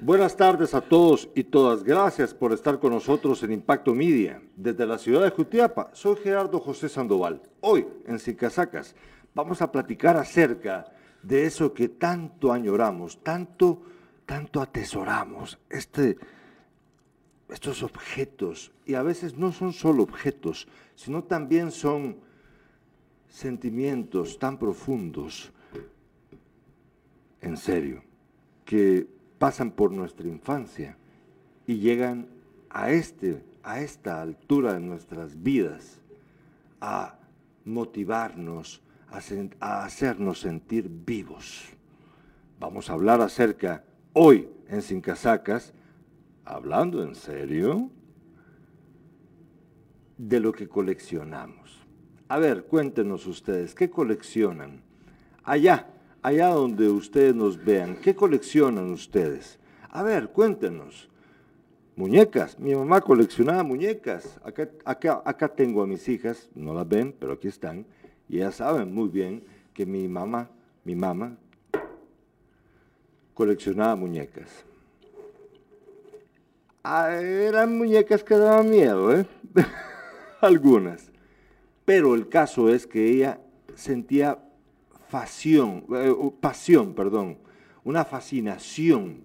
Buenas tardes a todos y todas. Gracias por estar con nosotros en Impacto Media. Desde la ciudad de Jutiapa, soy Gerardo José Sandoval. Hoy, en Sin Casacas, vamos a platicar acerca de eso que tanto añoramos, tanto, tanto atesoramos. Este, estos objetos, y a veces no son solo objetos, sino también son sentimientos tan profundos, en serio, que pasan por nuestra infancia y llegan a, este, a esta altura de nuestras vidas, a motivarnos, a, sen- a hacernos sentir vivos. Vamos a hablar acerca, hoy en Sin Casacas, hablando en serio, de lo que coleccionamos. A ver, cuéntenos ustedes, ¿qué coleccionan? Allá, allá donde ustedes nos vean, ¿qué coleccionan ustedes? A ver, cuéntenos. Muñecas, mi mamá coleccionaba muñecas. Acá, acá, acá tengo a mis hijas, no las ven, pero aquí están. Y ellas saben muy bien que mi mamá, mi mamá, coleccionaba muñecas. Ah, eran muñecas que daban miedo, ¿eh? Algunas. Pero el caso es que ella sentía pasión, eh, o pasión, perdón, una fascinación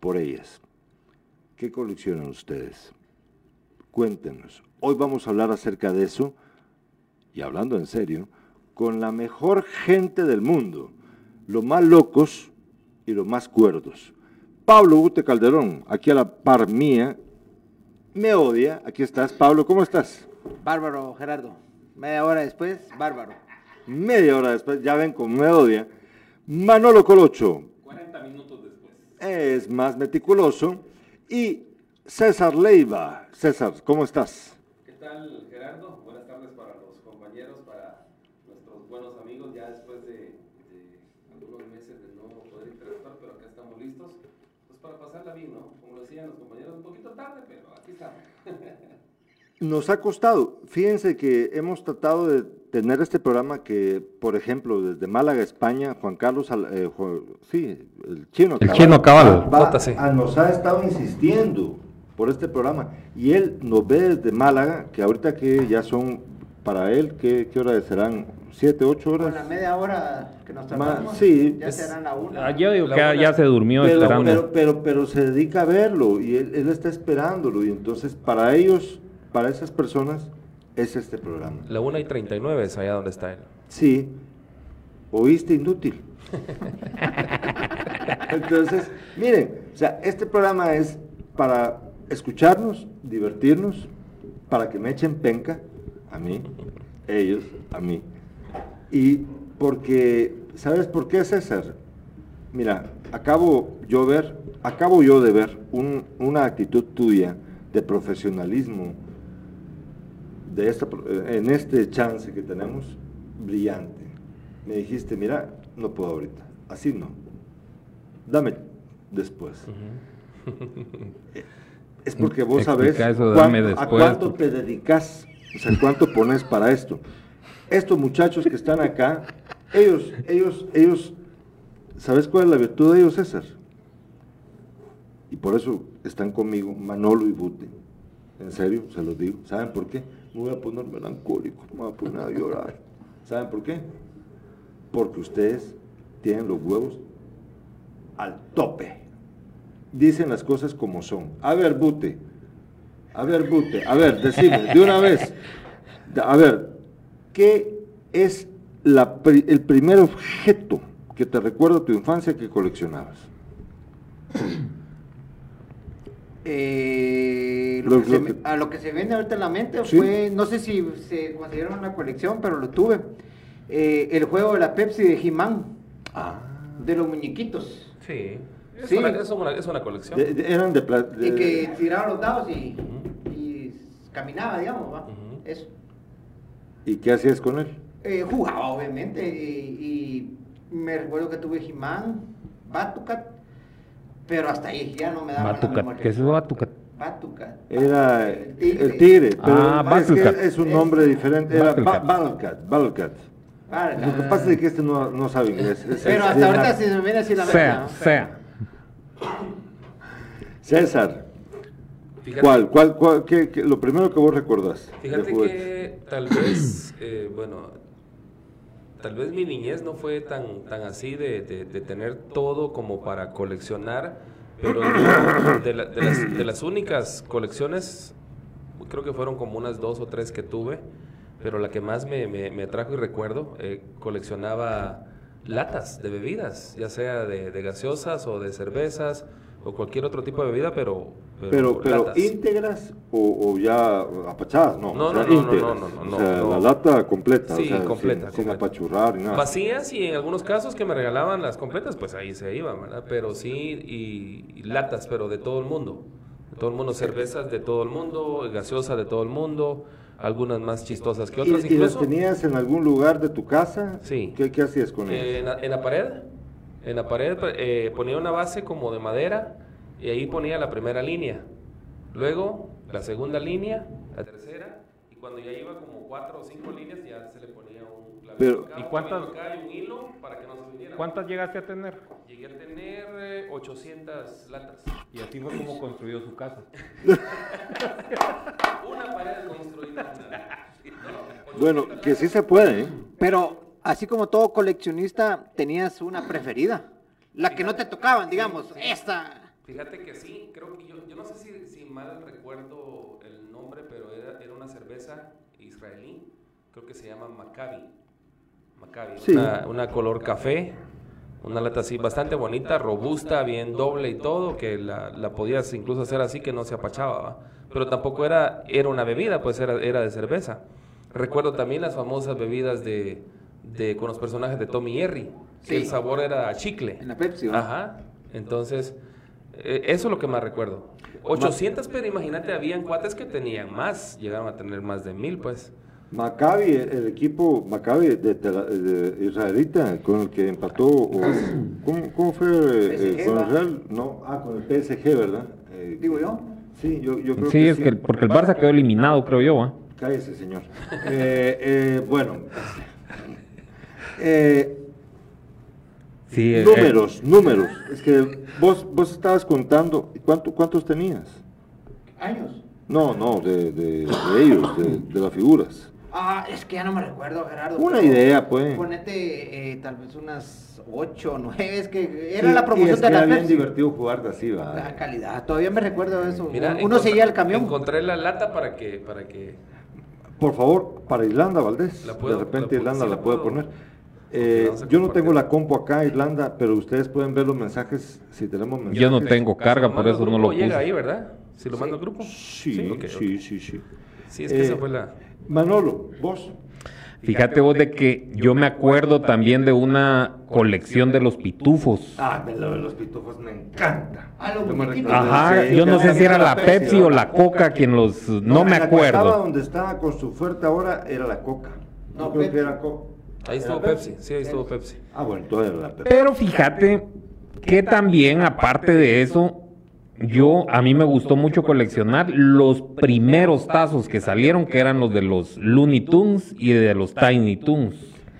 por ellas. ¿Qué coleccionan ustedes? Cuéntenos. Hoy vamos a hablar acerca de eso, y hablando en serio, con la mejor gente del mundo, los más locos y los más cuerdos. Pablo Ute Calderón, aquí a la par mía, me odia. Aquí estás, Pablo, ¿cómo estás? Bárbaro, Gerardo. Media hora después, bárbaro. Media hora después, ya ven cómo me odia. Manolo Colocho. 40 minutos después. Es más meticuloso. Y César Leiva. César, ¿cómo estás? ¿Qué tal, Gerardo? Buenas tardes para los compañeros, para nuestros buenos amigos, ya después de, de algunos meses de no poder interactuar, pero acá estamos listos, pues para pasarla bien, ¿no? Como lo decían los compañeros, un poquito tarde, pero aquí estamos. Nos ha costado. Fíjense que hemos tratado de tener este programa que, por ejemplo, desde Málaga, España, Juan Carlos, Al- eh, Ju- sí, el chino El Chino Caballo, va- Jota, sí. ah, nos ha estado insistiendo por este programa. Y él nos ve desde Málaga, que ahorita que ya son para él, ¿qué, qué hora serán? ¿Siete, ocho Con la horas? media hora que nos Ma- tardamos, sí, ya es- serán la una. Ah, Yo digo La que ya- buena- ya se durmió Pero, esperando. pero, pero, pero se dedica a verlo y él, él está esperándolo. Y entonces, para ellos, para esas personas, es este programa. La 1 y 39 es allá donde está él. Sí, oíste inútil. Entonces, miren, o sea, este programa es para escucharnos, divertirnos, para que me echen penca, a mí, ellos, a mí. Y porque, ¿sabes por qué, César? Mira, acabo yo ver, acabo yo de ver un- una actitud tuya de profesionalismo de esta, pro- eh, en este chance que tenemos, brillante. Me dijiste, mira, no puedo ahorita, así no, dame después. Eh, es porque vos Explica sabés eso, cuán- dame a después, cuánto porque- te dedicas, o sea, cuánto pones para esto. Estos muchachos que están acá, ellos, ellos, ellos, ¿sabes cuál es la virtud de ellos, César? Y por eso están conmigo Manolo y Buti. En serio, se los digo. ¿Saben por qué? Me voy a poner melancólico, me voy a poner a llorar. ¿Saben por qué? Porque ustedes tienen los huevos al tope. Dicen las cosas como son. A ver, Bute. A ver, Bute. A ver, decime, de una vez. Da- A ver, ¿qué es la pri- el primer objeto que te recuerda a tu infancia que coleccionabas? Eh, lo Lo- que se lo me- que- a lo que se viene ahorita en la mente Sí. fue, no sé si se considera una colección, pero lo tuve. Eh, el juego de la Pepsi de He-Man, Ah. de los muñequitos. Sí. Es, Sí. Una, es, una, es una colección. De- de- eran de, pla- de- Y que tiraban los dados y, Ujú. y caminaba, digamos, ¿va? Ujú. Eso. ¿Y qué hacías con él? Eh, jugaba, obviamente, y, y me recuerdo que tuve He-Man, Batucat, pero hasta ahí ya no me daba la Batucat, memoria. ¿qué es eso, Batucat? Batucat. Era El el tigre. tigre, pero Ah, es, que Battlecat. es un nombre diferente. Era Ba- Battlecat. Battlecat, Battlecat. Vargas. Lo que pasa es que este no, no sabe inglés. Es- Ah, Pero es- hasta es- ahorita si se me viene así la Sea, verdad. sea. César, Fíjate- ¿cuál? ¿Cuál? cuál qué, qué- lo primero que vos recordás. de Fíjate juguetes? que tal vez, eh, bueno, tal vez mi niñez no fue tan, tan así de, de- de tener todo como para coleccionar, pero yo, de, la- de las, de las únicas colecciones, creo que fueron como unas dos o tres que tuve, pero la que más me, me- me trajo y recuerdo, eh, coleccionaba latas de bebidas, ya sea de, de gaseosas o de cervezas o cualquier otro tipo de bebida, pero... Pero, pero latas. íntegras o, o ya apachadas, no. No, o sea, no, no, no, íntegras. no, no, no, O sea, no. la lata completa. Sí, o sea, sin- completa, Sin, completa. apachurrar ni nada. Vacías y en algunos casos que me regalaban las completas, pues ahí se iban, ¿verdad? Pero sí, y, y latas, pero de todo el mundo. De todo el mundo, cervezas de todo el mundo, gaseosas de todo el mundo, algunas más chistosas ¿Y, que otras. y las incluso tenías en algún lugar de tu casa? Sí. ¿Qué, qué hacías con ellas? eh, en, la, en la pared, en la pared eh, ponía una base como de madera y ahí ponía la primera línea. Luego la segunda línea, la tercera, y cuando ya iba como cuatro o cinco líneas ya se le ponía un clavito Pero- acá, ¿Y un cuántas- clavito acá y un hilo para que no se viniera. ¿Cuántas llegaste a tener? Llegué a tener eh, 800 latas. Y así fue como construyó su casa. Una pared construida. No, Bueno, 800 que sí latas. se puede, ¿eh? Pero así como todo coleccionista, tenías una preferida. La que no te tocaban, digamos. Esta. Fíjate que sí, creo que yo, yo no sé si, si mal recuerdo el nombre, pero era, era una cerveza israelí, creo que se llama Maccabi. Maccabi, Sí. una, una color café, una lata así bastante bonita, robusta, bien doble y todo, que la, la podías incluso hacer así que no se apachaba, ¿va? pero tampoco era, era una bebida, pues era, era de cerveza. Recuerdo también las famosas bebidas de, de- con los personajes de Tommy Jerry, que el Sí. sabor era a chicle. En la Pepsi, ¿va? Ajá. Entonces, eh, eso es lo que más recuerdo. 800, pero imagínate, habían cuates que tenían más. Llegaron a tener más de mil, pues. Maccabi, el el equipo Maccabi de, Tel- de israelita con el que empató. o- ¿cómo, cómo fue? eh, PSG, ¿Con el ¿va? Real? No, ah, con el PSG, ¿verdad? Eh, Digo yo. Sí, yo, yo creo Sí, que es que el- porque el Barça quedó eliminado, creo yo. ¿ah? Cállese, señor. Eh, eh, bueno. Eh, Sí, eh, números, números. Es que vos, vos estabas contando. ¿cuánto, ¿Cuántos tenías? Años. No, no, de, de- de ellos, de, de las figuras. Ah, es que ya no me recuerdo, Gerardo. Una pero idea, pues. Ponete eh, tal vez unas 8 o 9. Es que era Sí, la y promoción es de que la era bien Pepsi. divertido jugar de así, va. La calidad. Todavía me recuerdo eso. Mira, Uno encontré- seguía el camión. Encontré la lata para que, para que Por favor, para Irlanda, Valdés. La puedo, de la repente puedo, Irlanda sí la, la puede puedo. poner. Eh, vamos a yo no compartir. tengo la compu acá, Irlanda, pero ustedes pueden ver los mensajes, si tenemos mensajes. eh, yo no tengo Si carga, por mando eso al no grupo, lo llega ahí, puse. ¿verdad? Si lo mando al grupo. Sí, Sí, sí, ok, ok. sí, sí, Sí, es que Eh, esa fue la... Manolo, vos. Fíjate vos de que yo me acuerdo también de una colección de los pitufos. Ah, de lo de los pitufos me encanta. Ah, los Yo me muñequitos. recuerdo Ajá, ese- yo no ese sé si era la Pepsi o ¿verdad? la Coca quien los... No me la que Estaba acuerdo. donde estaba con su oferta ahora era la Coca. No, Yo creo Pepsi. que era Coca. Eh, Ahí estuvo Pepsi, sí, ahí estuvo Pepsi. Ah, bueno, entonces era la Pepsi. Pero fíjate que también, aparte de eso, yo a mí me gustó mucho coleccionar los primeros tazos que salieron, que eran los de los Looney Tunes y de los Tiny Tunes.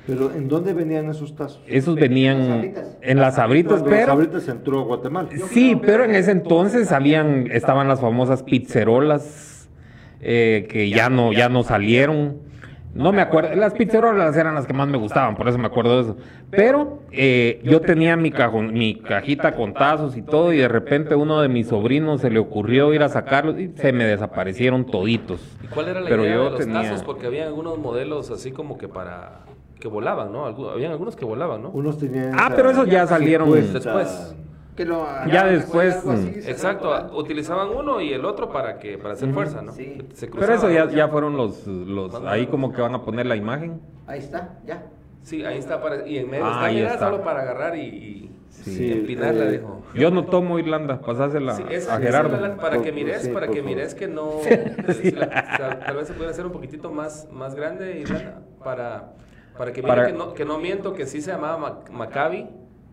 Pero ¿en dónde venían esos tazos? Esos venían en las abritas, Cuando pero Sabritas entró a Guatemala. sí, pero en ese entonces habían estaban las famosas pizzerolas eh, que ya no ya no salieron. No me acuerdo, las pizzerolas eran las que más me gustaban, por eso me acuerdo de eso. Pero eh, yo tenía mi, cajón, mi cajita con tazos y todo, y de repente uno de mis sobrinos se le ocurrió ir a sacarlos y se me desaparecieron toditos. ¿Y cuál era la Pero idea yo de los tenía- tazos? Porque había algunos modelos así como que para... Que volaban, ¿no? Algu- habían algunos que volaban, ¿no? Unos tenían. Ah, esa pero esos ya salieron. supuesta- Después. Que lo Ya agarraban, después, algo así, mm. se Exacto, ah, recordaban. utilizaban uno y el otro para que para hacer fuerza, ¿no? sí. Se Pero eso cruzaban, ya, ¿no? ya fueron los, los... Ahí como que van a poner la imagen. Ahí está, ya. Sí, ahí está, para, y en medio Ah, está, ahí mira, está. solo para agarrar y, y Sí, empinarla, eh, dijo. Yo no tomo Irlanda, pasásela Sí, esa- a esa Gerardo. era la- para que Por- mires, sí, para por que favor. mires que no. si la- tal, tal vez se pudiera hacer un poquitito más, más grande, Irlanda, para, para que mire Para- que, no, que no miento, que sí se llamaba Mac- Maccabi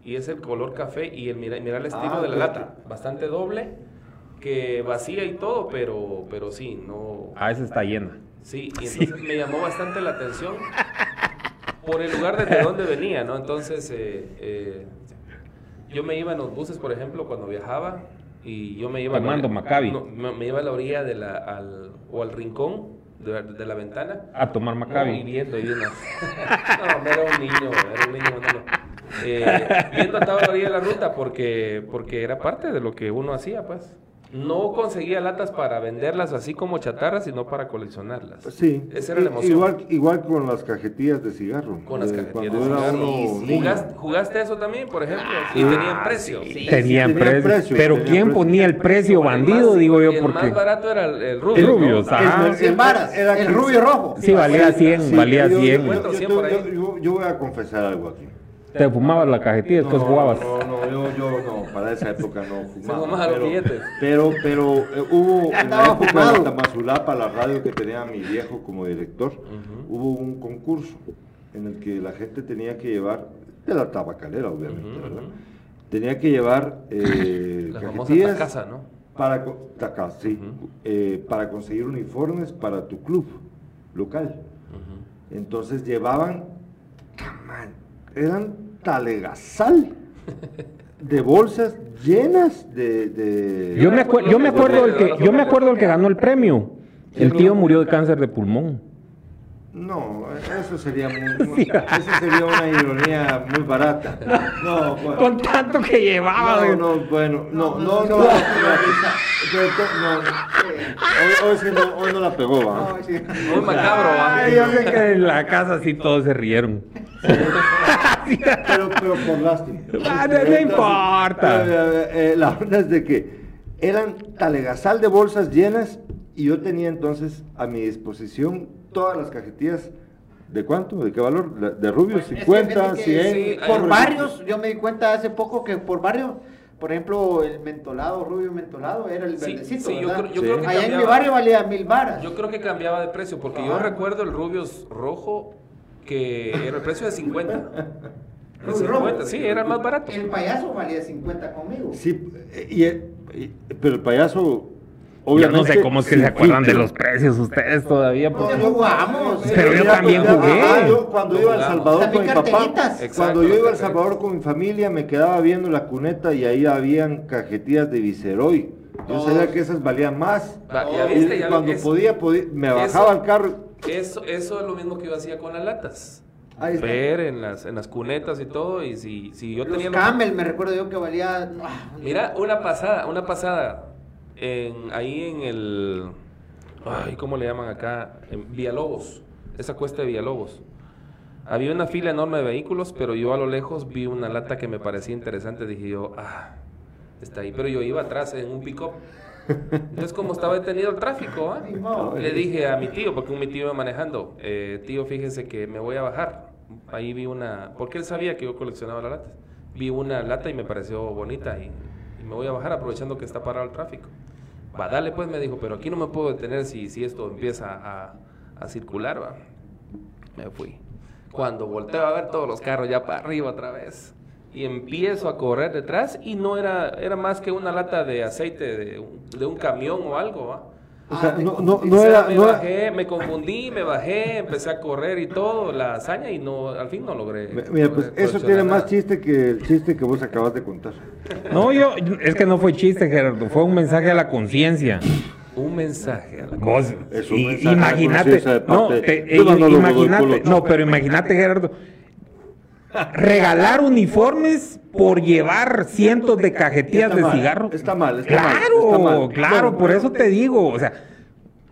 y es el color café y el mira, mira el estilo Ah, de la ok. lata, bastante doble, que vacía y todo, pero, pero sí, no. Ah, esa está llena. Sí, y entonces me llamó bastante la atención por el lugar desde donde venía, ¿no? Entonces, eh, eh, yo me iba en los buses, por ejemplo, cuando viajaba, y yo me lleva Tomando Maccabi. me, me lleva a la orilla de la, al, o al rincón de la, de la ventana A tomar no, y Maccabi. viendo, y viendo. No, me era un niño, era un niño, Manolo. Eh, viendo a toda la orilla de la ruta porque, porque era parte de lo que uno hacía, pues. No conseguía latas para venderlas así como chatarras, sino para coleccionarlas. Sí. Esa era la I- emoción. Igual, igual con las cajetillas de cigarro. con las de cajetillas. Cuando era Sí, uno sí. niño. Ah, ¿Jugaste, jugaste eso también, por ejemplo? Y tenían precio. sí. Tenían Tenían precio. precio, Pero tenían ¿quién precio. ponía el precio bandido? Además, Digo yo, el porque. más barato era el, el El rubio. rubio, ¿no? ajá. el- Cien varas, era- el rubio rojo. Sí, valía 100, Sí, valía yo- 100. Yo, yo- Cien por ahí. yo- yo- yo voy a confesar algo aquí. Te fumabas la cajetilla, después jugabas. No, no, yo, yo no, para esa época no fumaba. fumaba los pero- billetes. Pero, pero eh, hubo en la Andaba época de fumado. Tamazulapa, la radio que tenía mi viejo como director, Ujú. hubo un concurso en el que la gente tenía que llevar, de la tabacalera obviamente, Ujú, ¿verdad? ujú. Tenía que llevar eh, La famosa cajetillas casa, ¿no? para, co- taca, sí, Ujú. eh, para conseguir uniformes para tu club local. Ujú. Entonces llevaban, ¡tamal! eran talegasal de bolsas llenas de... de- Yo me, acuer- yo me acuerdo el que yo me acuerdo el que ganó el premio. El tío murió de cáncer de pulmón. No, eso sería, muy, muy- eso sería una ironía muy barata. No, bueno. tanto que llevaba. No, no, bueno, no, no, no, no, no, no, hoy, hoy sí no, hoy no la pegó, ¿va? No, sí. Muy macabro, ¿va? Ay, yo sé que en la casa sí todos se rieron. pero, pero por lástima. Ah, no, no Entonces, importa. eh, eh, eh, la onda es de que eran talegasal de bolsas llenas y yo tenía entonces a mi disposición todas las cajetillas. ¿De cuánto? ¿De qué valor? La- ¿De rubio? Pues, es que ¿50? fíjate que 100. sí, hay Por un- barrios, yo me di cuenta hace poco que por barrios, por ejemplo, el mentolado, rubio mentolado, era el Sí, verdecito, sí, yo ¿verdad? creo- yo creo que Allá en mi cambiaba. barrio valía mil varas. Yo creo que cambiaba de precio, porque yo Ah. recuerdo el Rubius rojo, que era el precio de 50. De Rubius 50, rojo. sí, era el más barato. El payaso valía 50 conmigo. Sí, eh, y, eh, y- pero el payaso. Yo Obviamente, no sé cómo es que sí, se acuerdan sí, de los precios ustedes todavía. Porque porque- no jugamos. Pero yo Ya, también ya, jugué. ajá, yo cuando iba a El Jugamos. Salvador con mi También papá, carteritas. Exacto, cuando yo iba las a El carteritas. Salvador con mi familia, me quedaba viendo la cuneta y ahí habían cajetillas de Viceroy. Yo Todos. sabía que esas valían más. Va, ya Y viste, ya Ah, cuando es- podía, podía- me eso- bajaba al carro. Eso, eso es lo mismo que yo hacía con las latas. Ahí está. Ver en las, en las cunetas y todo, y si, si yo Los tenía... Camel, me recuerdo yo que valía. ah, Mira, una pasada, una pasada. En, ahí en el... Ay, ¿cómo le llaman acá? En Villalobos, esa cuesta de Villalobos. Había una fila enorme de vehículos, pero yo a lo lejos vi una lata que me parecía interesante. Dije yo, ah, está ahí. Pero yo iba atrás en un pick-up. Entonces, como estaba detenido el tráfico, ¿ah? Ni modo. le dije a mi tío, porque un mi tío iba manejando, eh, tío, fíjese que me voy a bajar. Ahí vi una, porque él sabía que yo coleccionaba las latas. Vi una lata y me pareció bonita y, y me voy a bajar aprovechando que está parado el tráfico. Va, dale pues, me dijo, pero aquí no me puedo detener si, si esto empieza a, a circular, va. Me fui. Cuando volteo a ver todos los carros ya para arriba otra vez. Y empiezo a correr detrás y no era, era más que una lata de aceite de un, de un camión o algo, ¿va? O sea, Ah, no, no, O no sea, era. me no era- bajé, me confundí, me bajé, empecé a correr y todo, la hazaña y no, al fin no logré. me- Mira, pues logré eso tiene coleccionar más nada. chiste que el chiste que vos acabas de contar. No, yo es que no fue chiste, Gerardo, fue un mensaje a la conciencia. Un mensaje. a la- Vos, Es un i- mensaje imagínate, conciencia de parte no, de- te- eh, de Manolo Godoy Colo. imagínate, no, pero imagínate, Gerardo, regalar uniformes por llevar cientos de cajetillas Está de mal, cigarro. está mal, está mal, claro, está mal. claro, Bueno, por pero- eso te digo, o sea,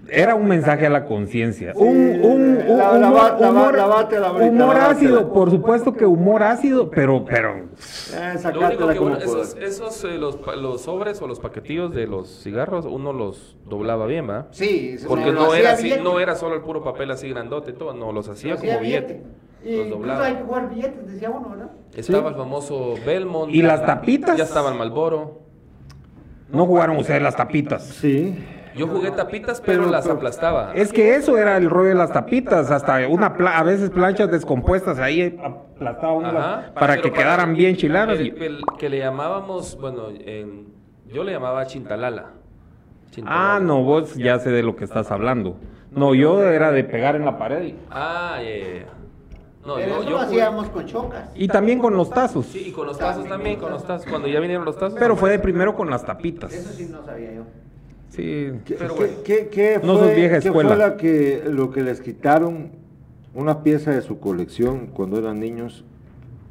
era un mensaje a la conciencia, un, Sí, un, un la- la humor, va- la va- humor- la bate, la brita, humor la bate, la- ácido, por supuesto que humor ácido, pero, pero Eh, Lo único sacátela que como uno- puedas. esos, esos, eh, los, pa- los sobres o los paquetillos de los cigarros, uno los doblaba bien, ¿va? Sí, eso Porque lo no hacía era así, billete. no era solo el puro papel así grandote y todo, no, los hacía Lo como billete. Y Los incluso hay que doblaba. jugar billetes, decía uno, ¿verdad? Estaba el famoso Belmont. ¿Y las tapitas? Ya estaba el Malboro. no jugaron ustedes las tapitas. Sí. Yo jugué tapitas, pero, las aplastaba. Es que eso era el rollo de las tapitas, hasta una pla- a veces planchas descompuestas ahí aplastaba uno Ajá, las- para pero que quedaran bien chiladas. el- el que le llamábamos, bueno, en- yo le llamaba chintalala. Chintalala. Ah, no, vos ya sé de lo que estás hablando. No, yo era de pegar en la pared. y- Ah, ya, ya, ya. No, Pero yo, eso yo lo jugué- hacíamos con chocas. Y también con los tazos. Sí, y con los tazos también, con los tazos. Cuando ya vinieron los tazos. Pero fue de primero con las Eso tapitas. sí no sabía yo. Sí. ¿Qué, Pero qué- bueno. qué- qué No fue, sos vieja qué escuela. fue la que, lo que les quitaron una pieza de su colección cuando eran niños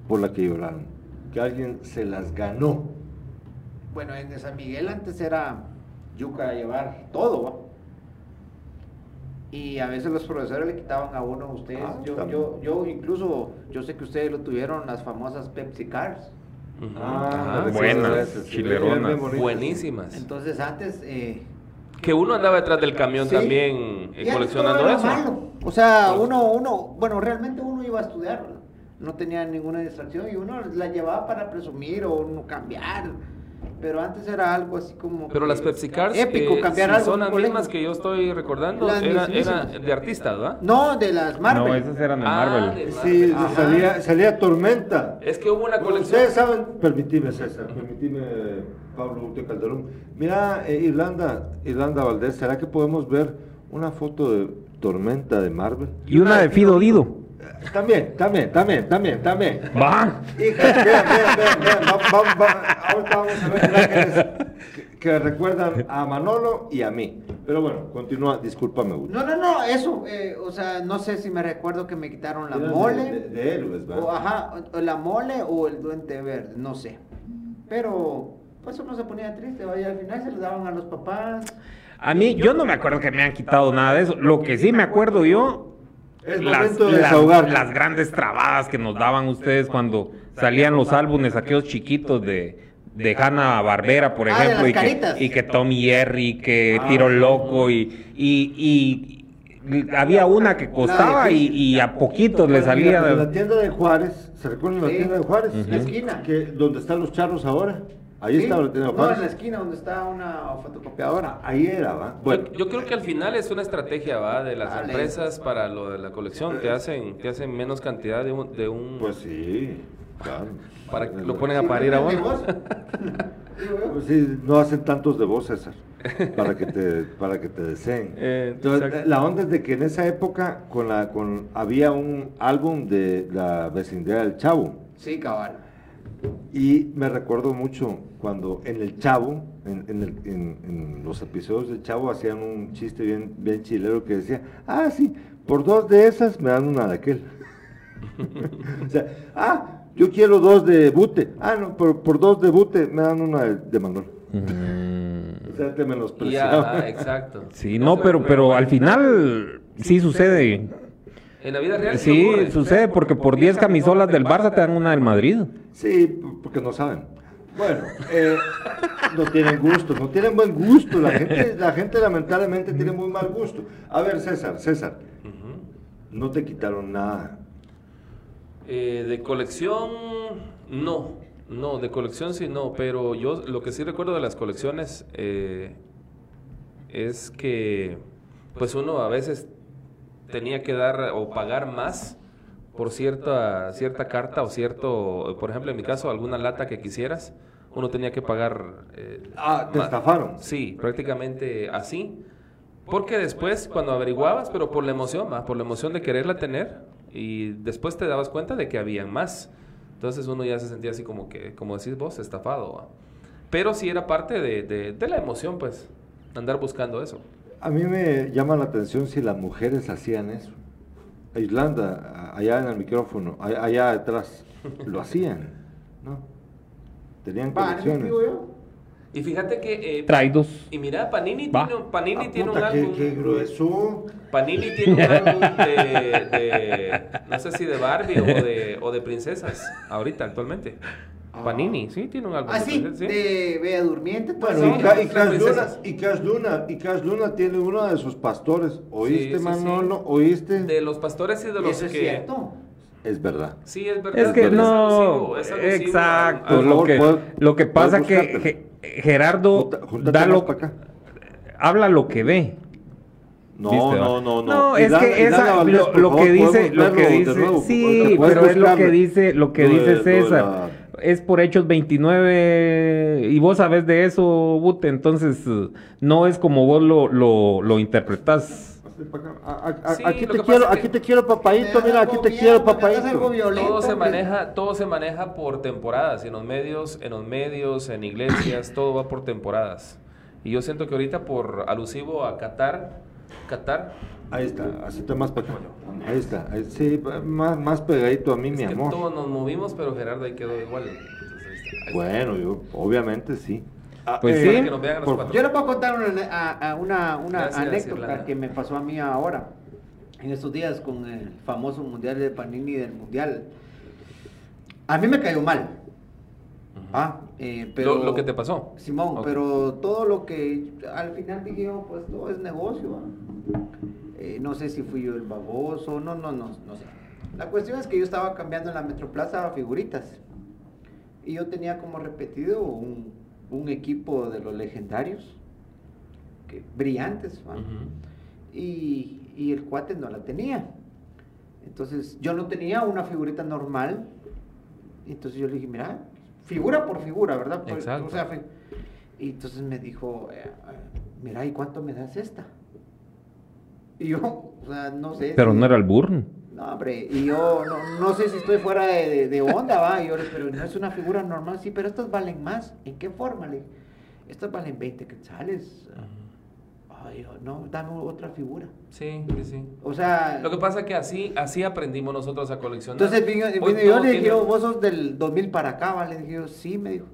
por la que lloraron? Que alguien se las ganó. Bueno, en San Miguel antes era yuca llevar todo. ¿va? Y a veces los profesores le quitaban a uno a ustedes. Ah, yo, también. yo, yo incluso, yo sé que ustedes lo tuvieron, las famosas Pepsi Cars. Ujú. Ah, Ajá. sí, buenas, gracias, sí, chileronas, eran bien bonitas. Buenísimas. Entonces antes... Eh, Que uno andaba detrás del camión Sí. también eh, ya coleccionando todo era eso. malo. Pues O sea, uno, uno, bueno, realmente uno iba a estudiar, ¿verdad? no tenía ninguna distracción y uno la llevaba para presumir o uno cambiar. Pero antes era algo así como. Pero que las Pepsi Cards Épico, eh, cambiar sí, algo. en son un las colegio. mismas que yo estoy recordando. Las Era, era mismísimas. de artistas, ¿verdad? No, de las Marvel. No, esas eran de Ah, Marvel. de- Sí, Ajá. salía, salía tormenta. Es que hubo una Bueno, colección. Ustedes saben, permitime César, permitime Pablo Urte Calderón. Mira, eh, Irlanda, Irlanda Valdés, ¿será que podemos ver una foto de tormenta de Marvel? Y una de Fido Dido. Eh, También, también, también, también, también. Va. Hijas, vean, vean, vean, vean, va- va- va- ahorita vamos a ver una que, les- que- que recuerdan a Manolo y a mí. Pero bueno, continúa, discúlpame, Urte. No, no, no, eso. eh, o sea, no sé si me recuerdo que me quitaron la Eran de- mole. De, de héroes, ¿verdad? O, ajá, o- o la mole o el duende verde, no sé. Pero, pues uno se ponía triste, vaya, al final se lo daban a los papás. A mí, yo no me acuerdo que me han quitado nada de eso. Lo que sí me acuerdo yo, Es las, momento de las- desahogar. las grandes trabadas que nos daban ustedes cuando salían los álbumes, aquellos chiquitos de, de Hanna Barbera, por Ah, de ejemplo, las y que, caritas. y que Tom y Jerry, y que Ah, Tiro Loco, y, y, y- y había una que costaba y, y a poquitos le salía. En la de- tienda de Juárez, ¿se recuerdan la Sí. tienda de Juárez? Ujú. La esquina. Que, donde están los charros ahora. Ahí Sí, estaba la tienda de No, Juárez. en la esquina donde está una fotocopiadora. Ahí era, ¿va? Bueno, Yo, yo creo que al final es una estrategia ¿va? de las Ah, le- empresas para lo de la colección. Te hacen, te hacen menos cantidad de un, de un pues sí. Claro. para que lo ponen a Sí, parir a el uno. negocio. Digo yo. Pues sí, no hacen tantos de vos, César, para que te, para que te deseen. Eh, Entonces, exacto. la onda es de que en esa época con la, con, había un álbum de la vecindad del Chavo. Sí, cabal. Y me recuerdo mucho cuando en el Chavo, en, en el- en- en los episodios del Chavo, hacían un chiste bien, bien chilero que decía, ah, sí, por dos de esas me dan una de aquel. o sea, ah, yo quiero dos de Bute. Ah, no, por, por dos de Bute me dan una de, de Manuel. O sea, te Y, menospreciaban. ajá, exacto. Sí, no, pero, pero al final sí sucede. En la vida real sí Sí, ocurre. sucede porque por 10 camisolas del Barça te dan una del Madrid. Sí, p- porque no saben. Bueno, eh, no tienen gusto, no tienen buen gusto. La gente, la gente lamentablemente tiene muy mal gusto. A ver, César, César, no te quitaron nada. Eh, de colección, no. No, de colección sí no, pero yo lo que sí recuerdo de las colecciones eh, es que pues uno a veces tenía que dar o pagar más por cierta, cierta carta o cierto, por ejemplo en mi caso, alguna lata que quisieras, uno tenía que pagar... eh, Ah, te ma- estafaron. Sí, prácticamente así. Porque después, cuando averiguabas, pero por la emoción, ¿va? por la emoción de quererla tener, y después te dabas cuenta de que habían más. Entonces uno ya se sentía así como que, como decís vos, estafado. ¿va? Pero sí era parte de, de- de la emoción, pues, andar buscando eso. A mí me llama la atención si las mujeres hacían eso. A Irlanda, a- allá en el micrófono, a- allá atrás, lo hacían, ¿no? Tenían Pan, conexiones. digo yo. Y fíjate que... eh, Traidos. y mira, Panini Va. tiene, un- Panini Ah, tiene un puta, qué, álbum... qué grueso. Panini tiene un álbum de, de- no sé si de Barbie o de, o de princesas, ahorita, actualmente. Panini, sí, tiene un álbum Ah, sí, princesas, de Bella Durmiente. todo Bueno, eso. y, Ca- y las Cas Luna, princesas. y Cas Luna, y Cas Luna tiene uno de sus pastores. ¿Oíste, Sí, sí, Manolo? ¿Oíste? De los pastores y de Y los eso es que... cierto. Es verdad. Sí, es verdad. Es que pero no, alusivo, es alusivo exacto. a- a- Por Lo favor, que, puedo- lo que puedo pasa que buscártelo. Ge- Gerardo Junta- júntate da más lo, pa' acá. habla lo que ve. No, ¿Viste, va? no, no, no. No, Y es dale- y que dale esa, a Valdés, lo, por lo que favor, dice, podemos lo que verlo de dice, nuevo, sí, porque puedes pero es lo que buscarlo. dice, lo que Lo de- dice lo de César. Es por hechos 29 y vos sabés de eso, Bute, entonces eh, no es como vos lo, lo, lo interpretás. la- Ven pa' acá. A- a- a- Sí, aquí lo te que quiero, pasa es aquí que- te quiero papadito, Te mira, hagas aquí algo te quiero bien, porque te hagas papadito. algo violento, Todo se hombre. maneja, todo se maneja por temporadas, y en los medios, en los medios, en iglesias, todo va por temporadas. Y yo siento que ahorita por alusivo a Qatar, Qatar, Ahí está, así está más para acá. Ahí está, ahí- sí, pa- más, más pegadito a mí, es mi que amor. todos nos movimos, pero Gerardo ahí quedó igual. Entonces, ahí está. Bueno, yo, obviamente sí. Ah, Pues sí. Que nos vean a los por- cuatro. Yo les voy a contar una, ane- a- a una- una Gracias, anécdota Irlanda. que me pasó a mí ahora, en estos días con el famoso mundial de Panini del mundial. A mí me cayó mal. Ah, eh, pero, lo, lo que te pasó. Simón, Ok. pero todo lo que al final dije yo, pues todo es negocio. ¿va? Eh, no sé si fui yo el baboso, no, no, no, no sé. La cuestión es que yo estaba cambiando en la Metroplaza figuritas. Y yo tenía como repetido un, un equipo de los legendarios, que, brillantes. ¿va? Ujú. y, y el cuate no la tenía. Entonces yo no tenía una figurita normal. y Entonces yo le dije, mira, figura por figura, ¿verdad? Por- Exacto. o sea, fi- y entonces me dijo, eh, mira, ¿y cuánto me das esta? Y yo, o sea, no sé. Pero si- no era el burn. no, hombre, y yo no, no sé si estoy fuera de, de- de onda, va, y yo, le- pero no es una figura normal, sí, pero estas valen más. ¿En qué forma? Le dije, estas valen 20 quetzales. Ay, yo, no, dame otra figura. Sí, sí, sí. O sea, Lo que pasa es que así, así aprendimos nosotros a coleccionar. entonces vino, Hoy vino yo, todo le dije, tiene- yo, vos sos del 2000 para acá, ¿va? Le dije, yo, sí, me dijo.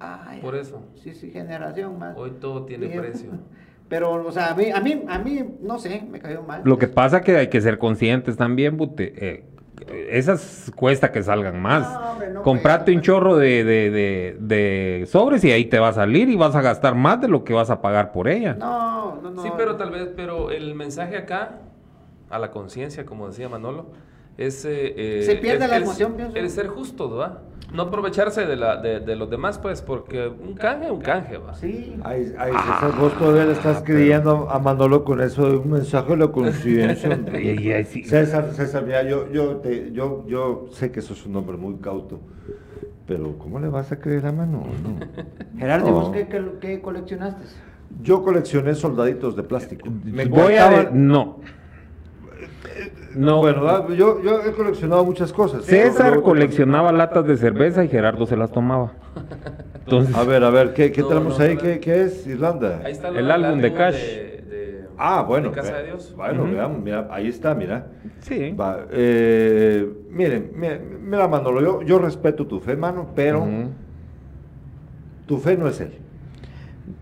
Ay, Por eso. Sí, sí, generación más. Hoy todo tiene Dije, precio. Pero, o sea, a mí, a mí, a mí, no sé, me cayó mal. Lo que pasa que hay que ser conscientes también, Bute. eh, esas cuesta que salgan más. No, hombre, no Comprate cuesta. un chorro de, de- de- de sobres y ahí te va a salir y vas a gastar más de lo que vas a pagar por ella. No, no, no. Sí, pero tal vez, pero el mensaje acá, a la conciencia, como decía Manolo, es... eh, eh, Se pierde el- la el- emoción, pienso. El ser justo, ¿va? No aprovecharse de, la, de, de los demás, pues, porque un canje, un canje, ¿va? Sí. Ay, ay, César, vos todavía le Ah, estás creyendo a Manolo con eso de un mensaje de la coincidencia. hombre. Ay, ay, sí. César, César, mira, yo, yo, te- yo, yo sé que sos un hombre muy cauto, pero ¿cómo le vas a creer a Manolo? Gerardo, No. ¿vos qué, qué, qué coleccionaste? Yo coleccioné soldaditos de plástico. Me Eh, Voy a... encantaban- de- No. No. Bueno, ah, yo, yo he coleccionado muchas cosas. César Pero- coleccionaba latas de cerveza y Gerardo se las tomaba. Entonces, A ver, a ver, ¿qué, qué No, tenemos no, ahí? no. ¿Qué, qué es Irlanda? Ahí está El la- álbum de la- Cash. eh, de- de- Ah, bueno. de Casa ve- de Dios. Bueno, Ujú. veamos, mira, ahí está, mira. sí. Va, eh, miren, mira, mira, Manolo, yo, yo respeto tu fe, mano, pero Ujú. tu fe no es él.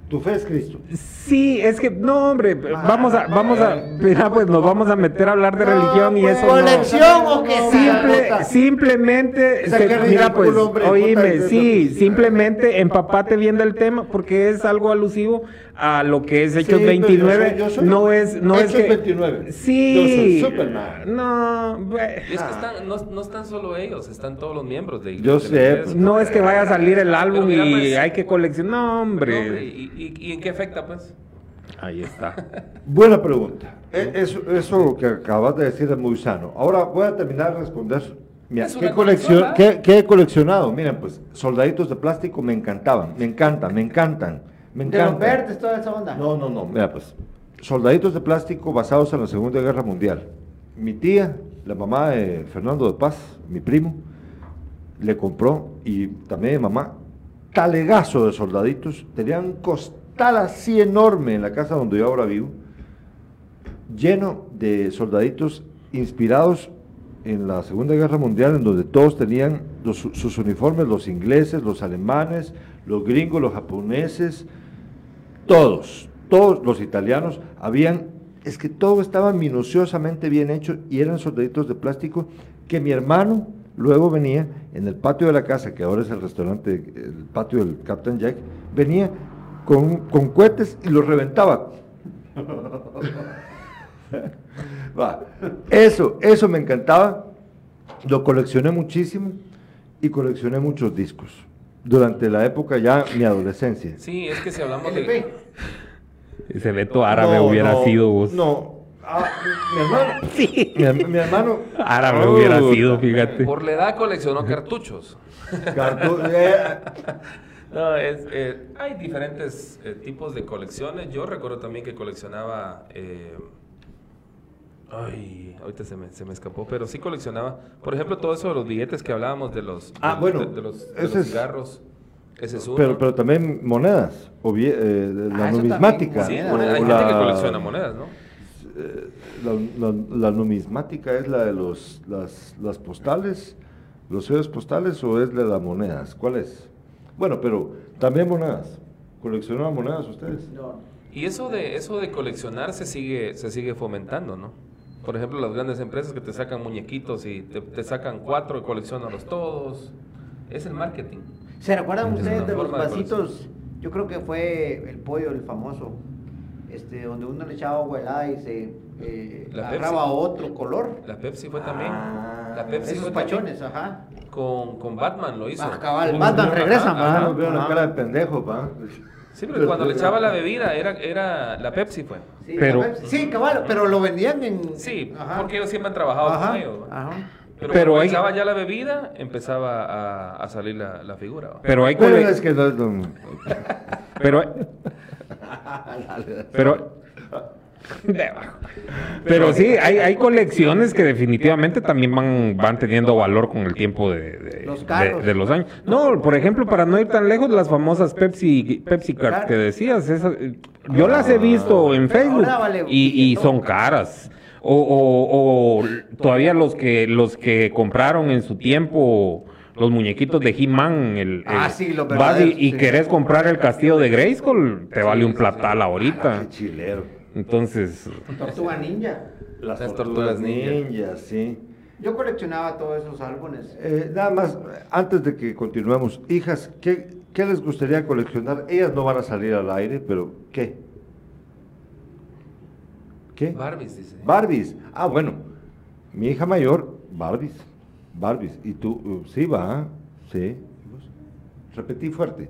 Tu fe es Cristo. Sí, es que, no, hombre, vamos a, vamos a, mira, pues nos vamos a meter a hablar de No, religión y pues, eso no. colección Ah, o qué? Simple- simplemente, Esa se- que mira ridículo, pues, hombre, puta, oíme, es de- sí, de- simplemente empapate bien del tema porque es algo alusivo a lo que es Sí, pero Hechos yo soy- 29, yo soy- no es, no es Hechos que, 29. sí, Yo soy Superman. no, bue- Y es que están- no, no están solo ellos, están todos los miembros de Yo de la sé, iglesia. pues, no es que vaya a salir el álbum mira, y pues, hay que coleccionar, no, Pero, hombre, ¿y, y, y en qué afecta, pues? ahí está, Buena pregunta. E- Eso, eso que acabas de decir es muy sano. Ahora voy a terminar de responder. Mira, Es ¿qué, una colección, consola. qué- qué he coleccionado? Miren, pues soldaditos de plástico me encantaban, me encantan, me encantan, me De los encantan. verdes, toda esa onda. No, no, no. Mira, pues, soldaditos de plástico basados en la Segunda Guerra Mundial. Mi tía, la mamá de Fernando de Paz, mi primo, le compró, y también mi mamá, talegazo de soldaditos. Tenían un costal así enorme en la casa donde yo ahora vivo, lleno de soldaditos inspirados en la Segunda Guerra Mundial, en donde todos tenían los- sus uniformes, los ingleses, los alemanes, los gringos, los japoneses, todos, todos los italianos habían, es que todo estaba minuciosamente bien hecho y eran soldaditos de plástico que mi hermano luego venía en el patio de la casa, que ahora es el restaurante, el patio del Captain Jack, venía con, con cohetes y los reventaba. Va, Eso, eso me encantaba, lo coleccioné muchísimo y coleccioné muchos discos durante la época ya mi adolescencia. Sí, es que si hablamos de... LP. ese veto árabe No, hubiera no, sido vos. No. Ah, mi hermano. Mi, her- mi hermano. Árabe Uh, hubiera sido, fíjate. Por la edad coleccionó cartuchos. Cartu- eh, No, es, eh, hay diferentes eh, tipos de colecciones. Yo recuerdo también que coleccionaba eh, Ay, ahorita se me, se me escapó, pero sí coleccionaba. Por ejemplo, todo eso de los billetes que hablábamos, de los, de Ah, los- bueno, de, de los, de ese los es- cigarros. Ese es uno. Pero, pero también monedas, o bie- eh, la Ah, eso numismática. también, sí, monedas. moneda- o hay gente la- que eh, colecciona monedas, ¿no? La, la- la numismática es la de los, las, las postales, los sellos postales o es la de las monedas. ¿Cuál es? Bueno, pero también monedas. ¿Coleccionaban monedas ustedes? No, Y eso de eso de coleccionar se sigue se sigue fomentando, ¿no? Por ejemplo, las grandes empresas que te sacan muñequitos y te, te sacan cuatro y coleccionalos todos. Es el marketing. ¿Se recuerdan Es ustedes una de los forma de vasitos? Yo creo que fue el pollo, el famoso, este, donde uno le echaba agua helada y se eh, La agarraba Pepsi. otro color. La Pepsi fue también. la Pepsi Ah, Esos fue pachones, ajá. también. Con, con Batman lo hizo. Ah, cabal, Un- Batman, ajá, regresan, ajá. Ah, Ajá, nos veo la ajá. cara de pendejo, pa. Sí, pero cuando le echaba la bebida era era la Pepsi fue. Sí, Pero- la Pepsi- sí, cabal, pero lo vendían en. Sí, ajá. porque ellos siempre han trabajado con Ajá, Ah. ellos. ¿va? ajá. Pero, Pero cuando hay- echaba ya la bebida, empezaba a, a salir la, la figura. ¿va? Pero hay Pero cole- es que no es lo- Pero. pero. Pero sí, hay, hay colecciones que definitivamente también van, van teniendo valor con el tiempo de, de- Los de- carros. de los años. No, por ejemplo, para no ir tan lejos, las famosas Pepsi, Pepsi Cards que decías, esas, eh, yo las he visto en Facebook Ah, Ahora vale un y, y billetón. son caras. O, o- o todavía los que los que compraron en su tiempo los muñequitos de He-Man, el, Ah, eh, sí, los vas y- verdaderos, y sí. querés comprar el castillo de Grayskull, te vale un platal ahorita. Qué chilero. Entonces, Tortuga Ninja. Las, Las tortugas tortugas ninja. ninjas, sí. Yo coleccionaba todos esos álbumes. Eh, nada más, antes de que continuemos, hijas, ¿qué, qué les gustaría coleccionar? Ellas no van a salir al aire, pero ¿qué? ¿Qué? Barbies dice. Barbies. Ah, bueno, mi hija mayor, Barbies. Barbies. Y tú, uh, sí, va, ¿ah? sí. Repetí fuerte.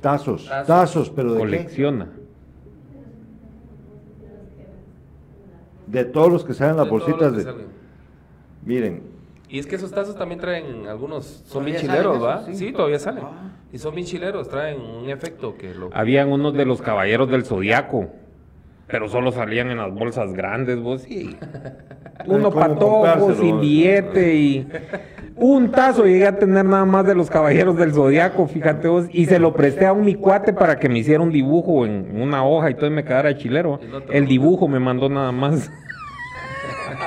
Tazos, Tazos. tazos, pero ¿de qué? colecciona. De todos los que salen las De todos los bolsitas que de... salen. Miren, Y es que esos tazos también traen algunos, son ¿Todavía bien chileros, salen ¿va? esos? Sí. Sí. todavía salen. Ah. Y son bien chileros, traen un efecto que Ah, lo... Habían unos de los caballeros del zodiaco, pero solo salían en las bolsas grandes, vos sí. Uno Ay, ¿cómo patojo comprárselo? sin billete y un tazo llegué a tener nada más de los caballeros del zodiaco, fíjate vos, y se lo presté a un mi cuate para que me hiciera un dibujo en una hoja y todo y me quedara chilero. Y no te El lo- dibujo me mandó nada más.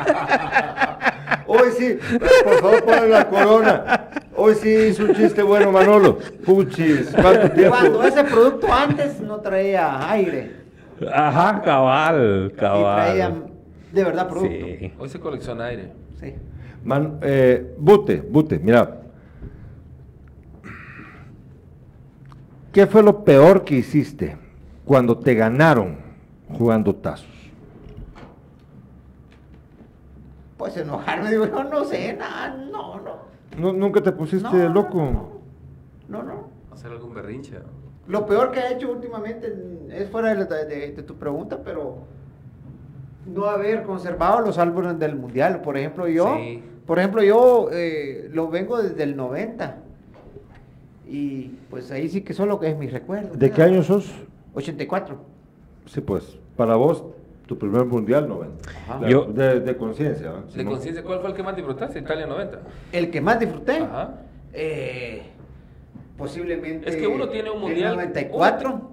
Hoy sí, por favor ponen la corona. Hoy sí hizo un chiste bueno Manolo. Puchis, ¿cuánto tiempo? Cuando ese producto antes no traía aire. Ajá, cabal, Y traía cabal. de verdad producto. Sí. Hoy se colecciona aire. Sí. Man- eh, bute, Bute, mira. ¿Qué fue lo peor que hiciste cuando te ganaron jugando tazos? Pues enojarme, digo, no, no sé, nada, no, no. No, ¿Nunca te pusiste No, loco? No, no. Hacer algún berrinche. ¿va? Lo peor que he hecho últimamente mm, es fuera de, la- de- de tu pregunta, pero no haber conservado los álbumes del mundial. Por ejemplo, yo, Sí. por ejemplo, yo eh, lo vengo desde el 90. Y pues ahí sí que solo que es mi recuerdo. ¿De qué año sos? 84. Sí, pues, para vos, tu primer mundial, 90. Ajá. La- Yo- de, de conciencia, ¿va? ¿De Simón. conciencia cuál fue el que más disfrutaste? Italia 90. El que más disfruté. Ajá. eh, posiblemente. Es que uno tiene un el mundial, 94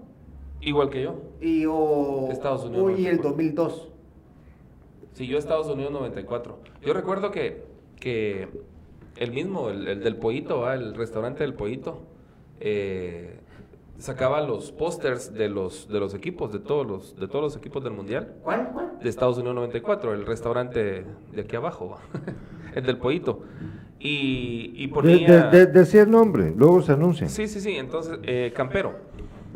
Igual que yo. y o, Estados Unidos, y el 94. 2002. Sí, yo Estados Unidos 94. Yo recuerdo que, que el mismo, el, el del Pollito, ¿va? el restaurante del Pollito, eh, sacaba los pósters de los, de los equipos, de todos los, de todos los equipos del Mundial. ¿Cuál? ¿Cuál? de Estados Unidos 94, el restaurante de aquí abajo, el del pollito. Y, y De, ponía... de, de- decía el nombre, luego se anuncia. Sí, sí, sí, entonces, eh, campero.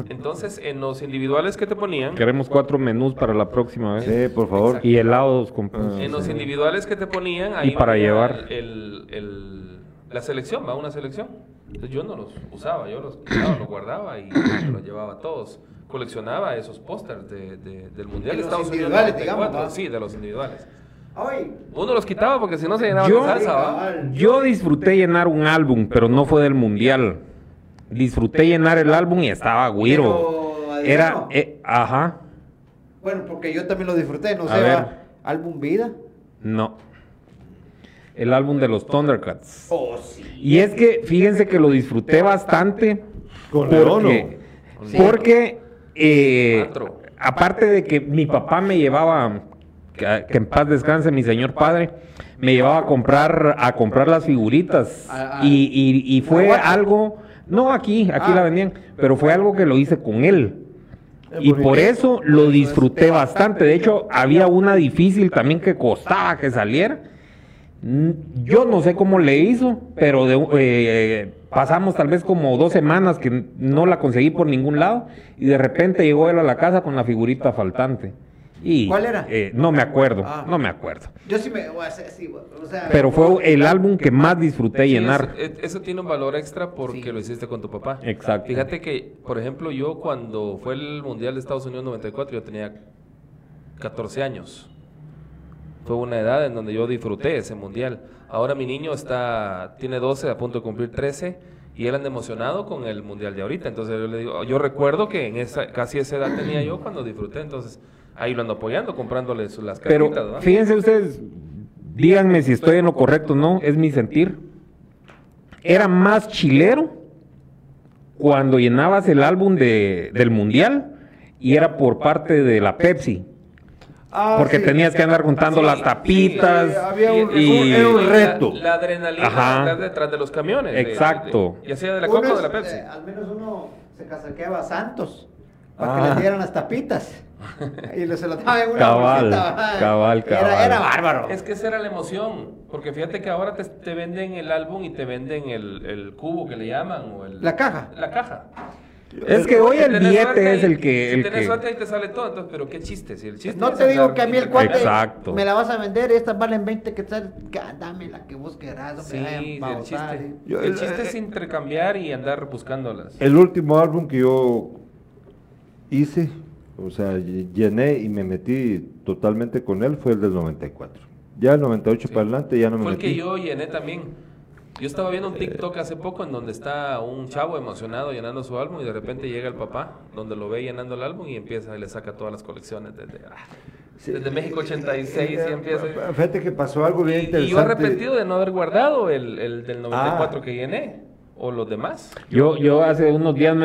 Entonces, en los individuales que te ponían, Queremos cuatro menús para la próxima vez. Sí, por favor. Ah. ¿Eh? Exacto. Y helados con pan. en los individuales que te ponían, ahí Y para venía llevar. el- el- el- la selección, va una selección. Entonces, yo no los usaba, yo los quitaba, los guardaba y me los llevaba a todos. Coleccionaba esos pósters de- de- del Mundial De los Estados Unidos individuales, digamos, 94, ¿va? sí, de los individuales. Ay, Uno los quitaba porque si no se llenaba Yo- de salsa, ¿va? cabal. Yo disfruté llenar un álbum, pero no fue del mundial. Disfruté llenar el álbum y estaba güiro. Pero, Era, Adriano, eh, ajá. Bueno, porque yo también lo disfruté, no A sé, va, ver. álbum Vida. No. El álbum de los Thundercats. Oh, sí. Y es que, fíjense que lo disfruté bastante. Con León, Porque, porque eh, Cuatro. aparte de que mi papá me llevaba, que, que en paz descanse mi señor padre, me llevaba a comprar, a comprar las figuritas. A- a- Y, y- y fue Guanajuato. algo, no aquí, aquí Ah. la vendían, pero fue algo que lo hice con él. Eh, Es Y bonito. por eso lo este disfruté bastante. De hecho, había una difícil también que costaba que saliera. N- Mm, Yo no sé cómo le hizo, pero de- eh, pasamos tal vez como dos semanas que n- no la conseguí por ningún lado y de repente llegó él a la casa con la figurita faltante. Y, ¿Cuál era? eh, no me acuerdo, Ah. no me acuerdo. Yo sí me. O sea, sí, o sea, Pero fue el álbum que más disfruté Sí, llenar. es- es- eso tiene un valor extra porque Sí. lo hiciste con tu papá. Exacto. Fíjate que, por ejemplo, yo cuando fue el Mundial de Estados Unidos 94, yo tenía 14 años. Fue una edad en donde yo disfruté ese Mundial. Ahora mi niño está tiene 12, a punto de cumplir 13, y él anda emocionado con el Mundial de ahorita. Entonces yo le digo, yo recuerdo que en esa casi esa edad tenía yo cuando disfruté, entonces ahí lo ando apoyando, comprándole sus- las cartitas. Pero ¿va? fíjense ustedes, díganme si estoy en lo correcto o no, es mi sentir. Era más chilero cuando llenabas el álbum de- del Mundial y era por parte de la Pepsi. Ah, Porque sí. tenías que andar juntando Sí, las sí, tapitas. sí, había un- y- era un la- reto. La, adrenalina Ajá. de estar detrás de los camiones. de- Exacto. de- ya sea de la Uno Coca o de es- la Pepsi. eh, al menos uno se casaqueaba a Santos para Ah. que le dieran las tapitas. Y le se las daba en una Cabal, bolsita, ajá. cabal, Era- Era, cabal. bárbaro. Es que esa era la emoción. Porque fíjate que ahora te, te venden el álbum y te venden el, el cubo que le llaman. O el, La caja. La caja. Es que hoy Si el tenés suerte billete es ahí- el que... Si el tenés que- suerte ahí te sale todo. Entonces, pero qué chiste. Si el chiste No es te digo andar que a mí el intercambiando. cuate Exacto. me la vas a vender, estas valen 20 que ah, dame la que vos querrás, no me Sí, vayan a el embautar, chiste. eh. Yo- el el- chiste es intercambiar y andar buscándolas. El último álbum que yo hice, o sea, ll- llené y me metí totalmente con él fue el del 94. Ya el 98 para adelante ya no me Fue el metí. que yo llené también. Yo estaba viendo un TikTok hace poco en donde está un chavo emocionado llenando su álbum y de repente llega el papá, donde lo ve llenando el álbum y empieza y le saca todas las colecciones desde, ah, Sí. desde México 86 y empieza. y- Fíjate que pasó algo bien Y, yo interesante. arrepentido de no haber guardado el, el del 94 Ah. que llené o los demás. Yo, yo hace unos días me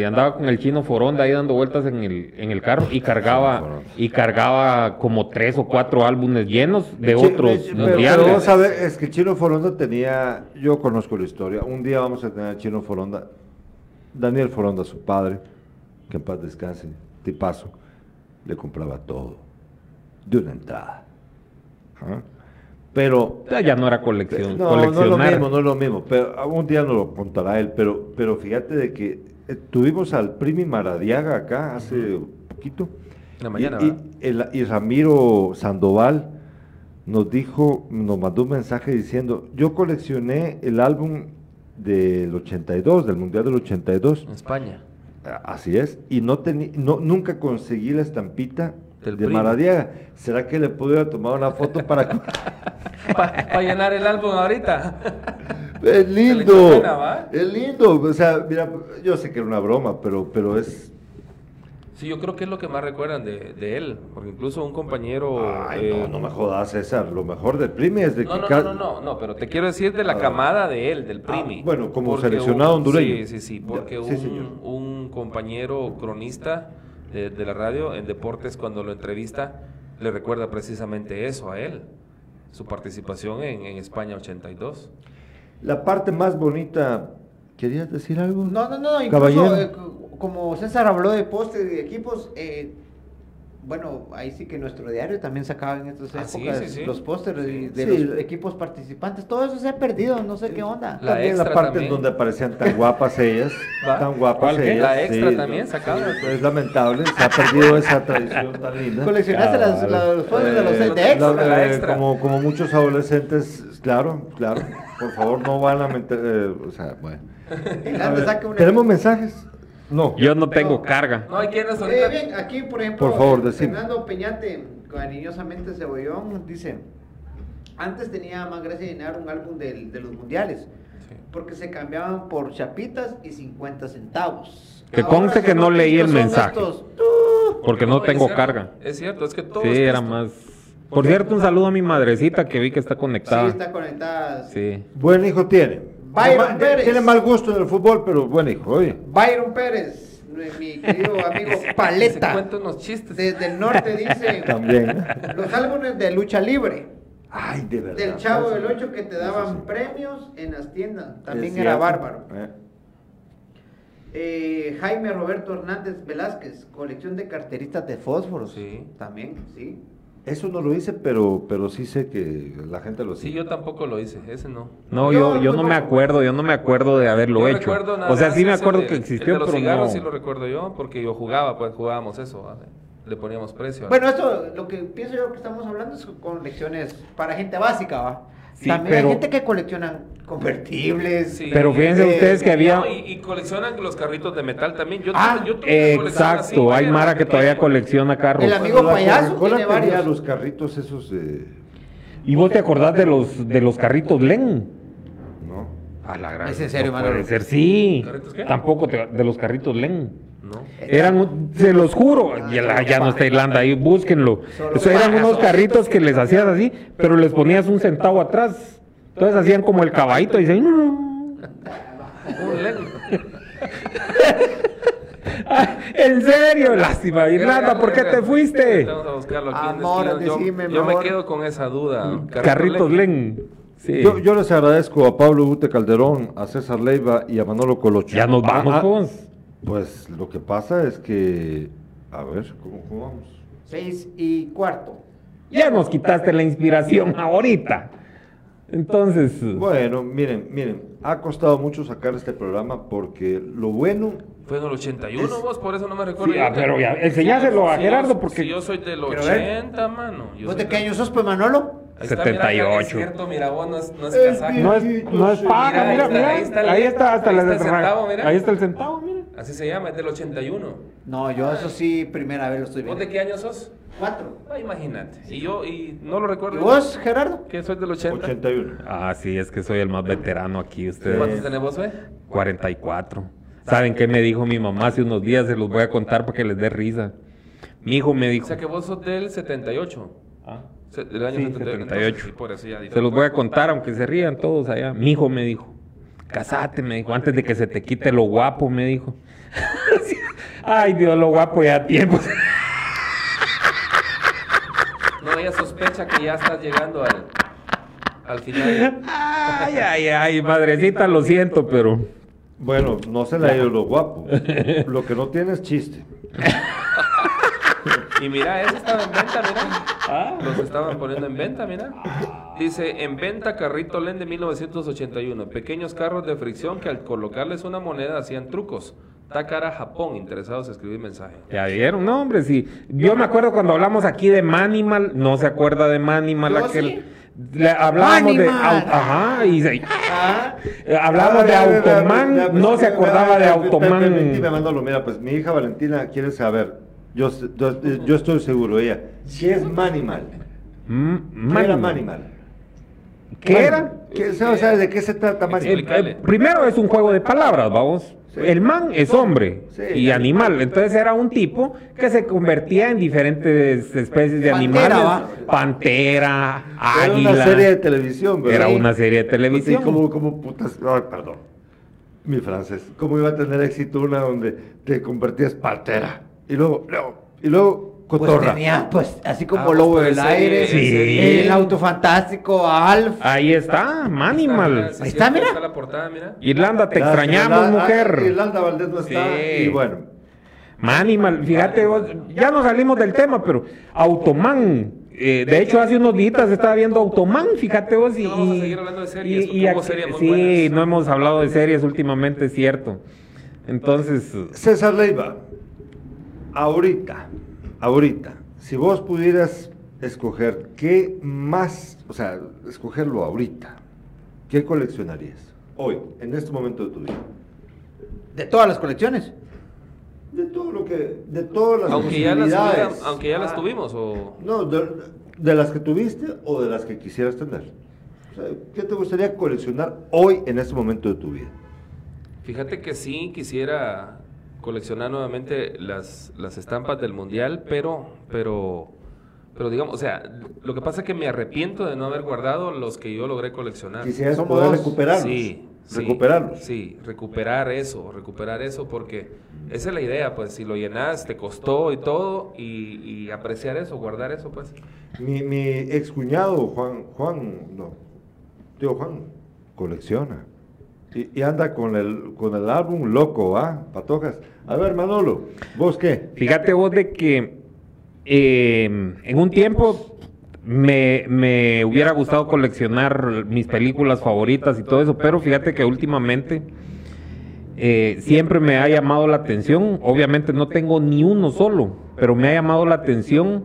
eh, andaba con el chino Foronda ahí dando vueltas en el, en el carro y cargaba y cargaba como tres o cuatro álbumes llenos de Chi- otros eh, pero- mundiales. Pero vos sabés, es que Chino Foronda tenía, yo conozco la historia, un día vamos a tener a Chino Foronda, Daniel Foronda, su padre, que en paz descanse, tipazo, le compraba todo, de una entrada. ¿Ah? Pero Ya- ya no era colección, no, no es lo coleccionar. mismo, no es lo mismo. Pero algún día nos lo contará él. Pero, pero fíjate de que eh, tuvimos al Primi Maradiaga acá hace poquito. En la mañana, Y, y ¿verdad? el- y Ramiro Sandoval nos dijo, nos mandó un mensaje diciendo: Yo coleccioné el álbum del 82, del Mundial del 82. En España. Así es, y no teni- no, nunca conseguí la estampita Del de Primo. Maradiaga. ¿Será que le pudiera tomar una foto para.? Para llenar el álbum ahorita. Es echó lindo. pena, ¿va? Es lindo. O sea, mira, yo sé que era una broma, pero, pero es. Sí, yo creo que es lo que más recuerdan de, de él. Porque incluso un compañero... Ay, no, eh, no me jodas, César. Lo mejor del Primi es de No, que. no, ca- no, no, no, no, pero te quiero decir Ah. de la camada de él, del Primi. Ah, bueno, como Porque seleccionado un- hondureño. Sí, sí, sí, Ya, porque sí, señor. un, un compañero cronista de, de la radio en deportes cuando lo entrevista le recuerda precisamente eso a él, su participación en, en España 82. La parte más bonita. ¿Querías decir algo? No, no, no, Caballero. incluso eh, c- como César habló de postes y de equipos, eh, bueno, ahí sí que nuestro diario también sacaba en estas Ah, épocas sí, sí, sí. los pósteres y de Sí. los equipos participantes, todo eso se ha perdido, no sé qué onda. La también la extra parte también. en donde aparecían tan guapas ellas. ¿Va? Tan guapas ¿Cuál qué? ellas. La extra sí, también no, sacaba. sí, es lamentable, se ha perdido esa tradición tan linda. Coleccionaste las, Cabal. las- los pósteres de los Eh, de extra. la- la eh, extra. Como, como muchos adolescentes, claro, claro. Por favor, no van a meter. eh, o sea, bueno. Y A Landa ver, saca una- ¿Tenemos mensajes? No. Yo no tengo carga. No hay quienes Eh, ahorita... bien, aquí por ejemplo, Por favor, eh, decime. Fernando Peñate, cariñosamente cebollón, dice, antes tenía más gracia llenar un álbum del- de los mundiales, Sí. porque se cambiaban por chapitas y 50 centavos. Que Ahora conste que no solo leí el son mensaje. pues, estos, ¡tú! porque no es tengo cierto, carga. Es cierto, es que todo. Sí, es era costo. más. Por cierto, un saludo a mi madrecita que vi que está Sí, conectada. está conectada. Sí. Buen hijo tiene. Byron Tiene- Pérez. Tiene mal gusto en el fútbol, pero buen hijo, oye. Byron Pérez, mi querido amigo Se Paleta, cuentan unos chistes. desde el norte dice, También. ¿eh? los álbumes de lucha libre, Ay, de verdad. del Chavo Eso del sí. 8 que te Eso daban sí. premios en las tiendas, Es también cierto. era bárbaro. Eh. Eh, Jaime Roberto Hernández Velázquez, colección de carteristas de fósforos. Sí. También, sí. Eso no lo hice, pero, pero sí sé que la gente lo Sí, sigue. yo tampoco lo hice, ese no. No, Yo, yo, yo no muy me poco. acuerdo, yo no me acuerdo de haberlo pues, Yo hecho. recuerdo nada O sea, más sí me ese acuerdo de- que el de existió, los pero cigarros no. sí lo recuerdo yo, porque yo jugaba, pues jugábamos eso. ¿vale? Le poníamos precio. Bueno, esto, lo que pienso yo que estamos hablando es colecciones para gente básica, ¿va? Sí, También pero- hay gente que colecciona convertibles. Sí. Pero fíjense Eh, ustedes que No, había. y, y coleccionan los carritos de metal también. Yo Ah, tuve- yo tuve una colección así, Exacto, hay vaya, Mara que todavía colecciona carros. El amigo Cuando la payaso Coca-Cola tiene tenía varios. los carritos esos de... ¿Y vos te acordás de los de los carritos LEN? ¿No? A la gran. ¿Es en serio, no Manolo? puede ser, sí. ¿Carritos qué? Tampoco te- de los carritos LEN. No. Eran, un- se los juro, Eh, Ah, ya, la- solo ya no paja. está Irlanda ahí, búsquenlo. Solo Eso eran paja, unos solo. carritos que les hacías así, pero les ponías un centavo atrás. Entonces hacían como el caballito y dicen, Un Lego. Ah, en serio, lástima, Irlanda, Regalo, ¿por qué te regalo. fuiste? Vamos a buscarlo aquí en Amor, Destino. Yo- decime, Yo me amor. quedo con esa duda. Mm, Carritos Len. Sí. Yo, yo les agradezco a Pablo Ute Calderón, a César Leiva y a Manolo Colocho. Ya nos vamos, Ah, ah, pues. Pues lo que pasa es que... A ver, ¿cómo, cómo vamos? Seis y cuarto. Ya nos quitaste la inspiración ahorita. Entonces, Bueno, miren, miren, ha costado mucho sacar este programa porque lo bueno... Fue en el 81, Es- vos, por eso no me recuerdo. sí, ah, pero ya, enseñáselo a Si Gerardo yo- porque ¿eh? si yo soy del ver. 80, mano. Yo ¿Vos soy de qué del- año sos, pues, Manolo? Ahí está, 78. Mira, es cierto, mira, vos no es, no es Es casaca. bien. no es, no es paga, mira, mira. Ahí está, hasta la ahí está el centavo, mira. Ahí está el centavo, mira. Así se llama, es del 81. No, yo eso sí, primera vez lo estoy ¿Vos viendo. de qué año sos? Cuatro. Ah, imagínate. Y yo, y no lo ¿Y recuerdo. vos, Gerardo? ¿Qué soy del 80? 81. Ah, sí, es que soy el más veterano aquí, ¿Cuántos ustedes. tenés vos, eh? 44. ¿Saben qué me dijo mi mamá hace unos días? Se los voy a contar para que les dé risa. Mi hijo me O dijo. sea que vos sos del 78. Ah. Se- Del año Sí, 78. 78. sí, por eso ya Se los voy a contar, aunque se rían todos allá. Mi hijo me dijo, casate, me dijo, antes de que se te quite lo guapo, me dijo. Ay, Dios, lo guapo ya a tiempo. No, ella sospecha que ya estás llegando al, al final. Ay, ay, ay, madrecita, lo siento, pero... Bueno, no se le ha ido lo guapo. Lo que no tiene es chiste. Y mira, eso estaba en venta, mira. Los estaban poniendo en venta, mira. Dice, en venta carrito Len de 1981. Pequeños carros de fricción que al colocarles una moneda hacían trucos. Takara Japón, interesados en escribir mensaje. Ya vieron, no, hombre, sí. Yo me acuerdo cuando hablamos aquí de Manimal, no se acuerda de Manimal, Yo aquel. sí. Le hablábamos de. Manimal. au- Ajá, y se- Ah, eh, hablábamos de Ah, ya, ya, Automan, ya, ya, no pues, se ya, ya, acordaba de ya, permíteme, Automan. Manolo, mira, pues mi hija Valentina quiere saber. Yo, s- yo, yo estoy seguro, ella. Si es Manimal. Mm, ¿Qué era Manimal. Manimal? ¿Qué Manimal. era? ¿Qué- sabe- sabe de qué se trata Manimal? Explica. Dale. Eh, primero es un juego de palabras, vamos. Sí. El man es hombre Sí, y ya. animal. Entonces era un tipo que se convertía en diferentes especies de Pantera, animales. Pantera, Era águila. una serie de televisión, ¿verdad? Pues, Era una serie de televisión. Sí, como, como putas. Ay, perdón. Mi francés. ¿Cómo iba a tener éxito una donde te convertías partera? Y luego, luego, y luego pues cotorra. tenía, pues, así como Ah, Lobo pues, del sí, Aire, sí. el auto fantástico, Alf. Ahí está, Manimal. sí, Ahí está, cierto, mira. la portada, mira. Irlanda, te La extrañamos, señora- ah, mujer. Irlanda Valdés no está. Sí. Y bueno. Manimal, fíjate, vos, ya nos salimos del tema, pero Automan. eh, de hecho, hace unos días estaba viendo Automan, fíjate vos. Y, No vamos a y- seguir hablando de series, y- porque y hubo aquí- series muy sí, buenas. no hemos hablado de series últimamente, es cierto. Entonces, César Leiva, ahorita, ahorita, si vos pudieras escoger qué más, o sea, escogerlo ahorita, ¿qué coleccionarías? Hoy, en este momento de tu vida. De todas las colecciones. De todo lo que, de todas las Aunque ya las, posibilidades. hubiera- aunque ya las Ah, tuvimos, o... No, de, de las que tuviste o de las que quisieras tener. O sea, ¿Qué te gustaría coleccionar hoy en este momento de tu vida? Fíjate que sí quisiera coleccionar nuevamente las, las estampas del mundial, pero, pero, pero digamos, o sea, lo que pasa es que me arrepiento de no haber guardado los que yo logré coleccionar. Quisieras Somos poder dos. recuperarlos. Ah. Sí, sí, recuperarlos. Sí, recuperar eso, recuperar eso, porque esa es la idea, pues si lo llenas, te costó y todo, y, y apreciar eso, guardar eso, pues. Mi, mi excuñado, Juan, Juan, no, tío Juan, colecciona. Y, y anda con el, con el álbum loco, ¿ah? Patojas. A ver, Manolo, ¿vos qué? Fíjate vos de que eh, en un tiempo me, me hubiera gustado coleccionar mis películas favoritas y todo eso, pero fíjate que últimamente eh, siempre me ha llamado la atención, obviamente no tengo ni uno solo, pero me ha llamado la atención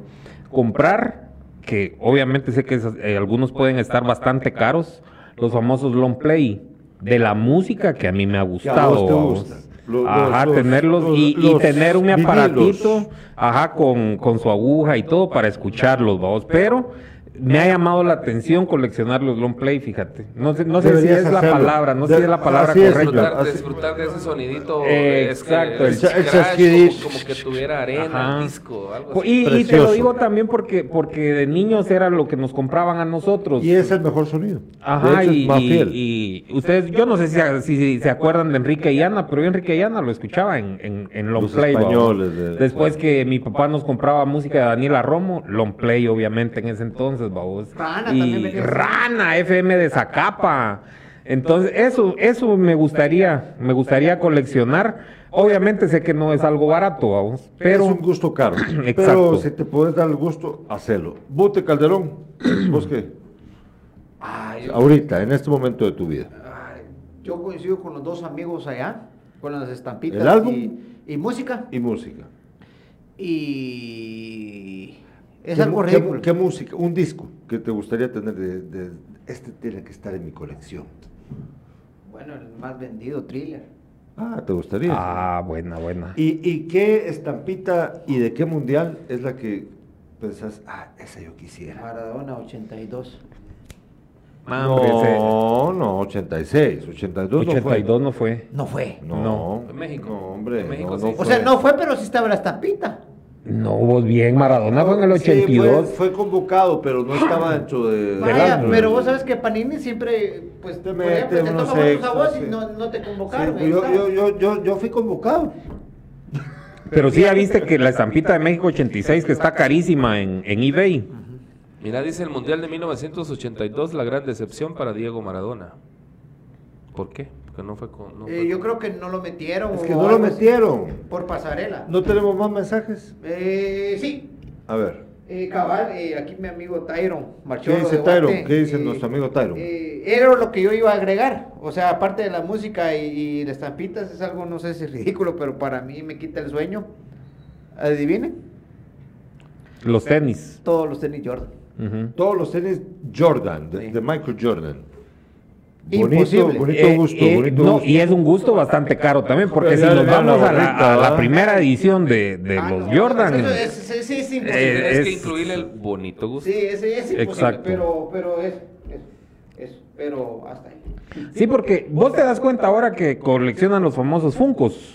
comprar, que obviamente sé que esas- eh, algunos pueden estar bastante caros, los famosos long play de la música que a mí me ha Que a gustado. vos te vamos. gusta. Lo- Ajá, los- los- tenerlos los- y, y los tener un vinilos. aparatito, ajá, con, con su aguja y todo para escucharlos, vamos. Pero me ha llamado la atención coleccionar los long play, fíjate. No sé, no sé si Deberías es la hacerlo. palabra, no sé De- si es la palabra así es, correcta. disfrutar, así- disfrutar de ese sonidito. Eh, eh, el, exacto, el el cha- el scratch, chasquidich. como, como que tuviera arena, Ajá. disco, algo Po- así. Y, y te Precioso. lo digo también porque, porque de niños era lo que nos compraban a nosotros. Y es el mejor sonido. Ajá, De hecho, es y, más y- fiel. y ustedes, yo no sé si, si- si se acuerdan de Enrique y Ana, pero yo Enrique y Ana lo escuchaba en, en, en long Los play. ¿va? españoles de- Después que mi papá nos compraba música de Daniela Romo, long play obviamente en ese entonces, babos. Rana también y venía. Rana, FM de Zacapa. Entonces, eso, eso me gustaría, me gustaría coleccionar. Obviamente sé que no es algo barato, babos, es pero un gusto caro. Pero Exacto. si te puedes dar el gusto, hacelo. Bote Calderón, ¿vos qué? Ay, Ahorita, en este momento de tu vida. Yo coincido con los dos amigos allá, con las estampitas. ¿El álbum? Y, y música. Y música. Y. Es ¿Qué algo mu- qué mu- ridículo. ¿Qué música? Un disco que te gustaría tener de, de- Este tiene que estar en mi colección. Bueno, el más vendido, thriller. Ah, ¿te gustaría? ah, buena, buena. ¿Y, y qué estampita y de qué mundial es la que pensás, ah, esa yo quisiera? Maradona 82. Ah, hombre, ese- no, no, 86, 82, 82 no fue. No fue. no fue. No, En México. No, hombre. En México no, sí. no O O fue. sea, no fue, pero sí estaba la estampita. No, vos bien, Maradona fue en el Sí, fue- 82. fue, convocado, pero no estaba Ah. dentro de... Vaya, álbum. pero vos sabes que Panini siempre, pues, Te te, mete te unos toman tus a extras, vos sí. y no, no te convocaron. Sí, ahí yo, está. yo, yo, yo, yo fui convocado. Pero sí ya viste que la estampita de México 86, que está carísima en, en eBay. Mira, dice el Mundial de 1982, la gran decepción para Diego Maradona. ¿Por qué? Porque no fue con... no Eh, fue yo con- creo que no lo metieron. Es que o no lo algo así, metieron. Por pasarela. ¿No tenemos más mensajes? Eh, sí, A ver. Eh, cabal, eh, aquí mi amigo Tyron marchó. ¿Qué dice Tyron? ¿Qué dice nuestro amigo Tyron? eh, era lo que yo iba a agregar. O sea, aparte de la música y, y las estampitas, es algo, no sé si ridículo, pero para mí me quita el sueño. Adivinen, Los tenis. todos los tenis Jordan. Ujú. Todos los tenis Jordan, de, Sí. de Michael Jordan. Imposible. Bonito, bonito Eh, gusto, eh, bonito no, gusto. y es un gusto bastante caro también, porque Pero si ya le nos veo la vamos a la, gorrita, a la ¿verdad? primera edición de, de Ah, los no, Jordan, eso es- es- es imposible. Eh, es, que es- incluirle el bonito gusto. Sí, ese es imposible, Exacto. pero, pero es, es, es- pero hasta ahí. sí, porque vos te das cuenta ahora que coleccionan los famosos Funcos.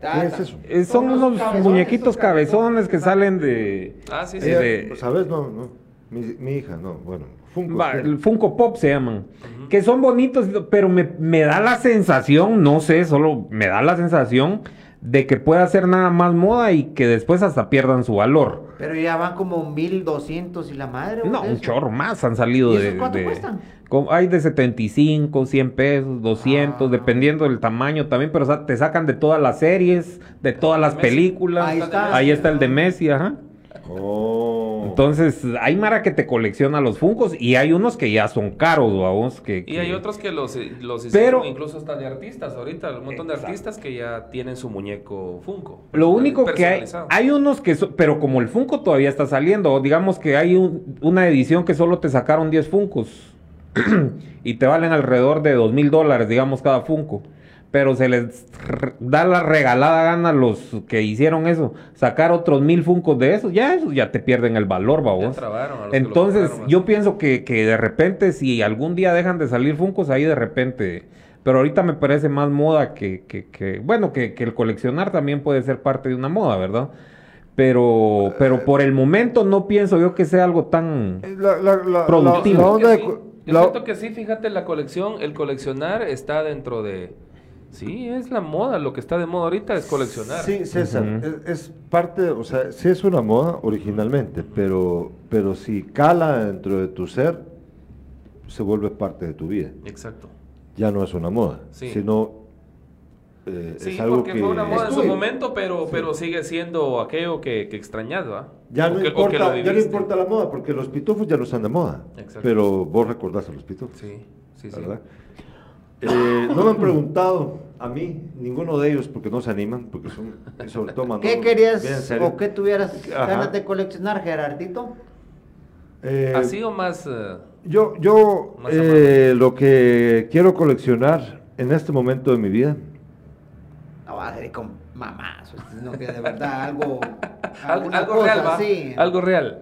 Ta, ¿Qué es ta. eso? Eh, Son son unos unos cabezones, muñequitos son cabezones. cabezones que salen de... Ah, sí, eh, sí. Ella, pues, de- ¿Sabes? No, no. Mi, mi hija, no. Bueno, Funko. Va, el Funko Pop se llaman. Que son bonitos, pero me, me da la sensación, no sé, solo me da la sensación de que pueda ser nada más moda y que después hasta pierdan su valor. Pero ya van como 1200 y la madre. No, ¿dónde un es? chorro más han salido ¿Y esos de... cuánto de- cuestan? como- hay de 75, 100 pesos, 200, Ah. dependiendo del tamaño también, pero sa- te sacan de todas las series, de todas las Ah, Messi. películas. Ahí está. Ahí está el de Messi, ajá. Oh. Entonces, hay Mara que te colecciona los Funcos y hay unos que ya son caros, vamos. Que, Y hay que- otros que los, eh, los hicieron Pero- incluso hasta de artistas ahorita, un montón de Exacto. artistas que ya tienen su muñeco Funko. Lo único que hay, personalizado. hay unos que, so- pero como el Funko todavía está saliendo, o digamos que hay un- una edición que solo te sacaron 10 Funcos y te valen alrededor de 2 mil dólares, digamos, cada Funko. Pero se les r- da la regalada gana a los que hicieron eso, sacar otros mil Funcos de esos, ya esos ya te pierden el valor, Ya babos. trabaron a los que lo Entonces, compraron, ¿verdad? yo pienso que, que de repente, si algún día dejan de salir Funcos, ahí de repente Pero ahorita me parece más moda que, que, que- bueno, que, que el coleccionar también puede ser parte de una moda, ¿verdad? Pero, pero por el momento no pienso yo que sea algo tan... Eh, La, la- la- la- Productivo. la Yo onda que de sí, cu- Yo la- siento que sí, fíjate, la colección, el coleccionar está dentro de... Sí, es la moda, lo que está de moda ahorita es coleccionar. Sí, César, Ujú. es, es parte, o sea, sí es una moda originalmente, pero, pero si cala dentro de tu ser, se vuelve parte de tu vida. Exacto. Ya no es una moda, Sí. sino eh, Sí, es algo porque que... fue una moda en su Estudio. momento, pero, pero sigue siendo aquello que, que extrañas, ¿va? Ya O no, que- o que importa, lo ya no viviste. importa la moda, porque los pitufos ya no están de moda. Exacto. Pero vos recordás a los pitufos. Sí, sí, sí. ¿verdad? Eh, no me han preguntado a mí, ninguno de ellos, porque no se animan, porque son, sobre todo Manolo, ¿Qué bien en querías serio. o qué tuvieras Ajá. ganas de coleccionar, Gerardito? Eh, Así o más... eh, Yo, yo Más eh, lo que quiero coleccionar en este momento de mi vida, No, va a ser con mamás, sino que de verdad algo. algo, alguna algo Ah, cosa, real, ¿va? sí. Algo real.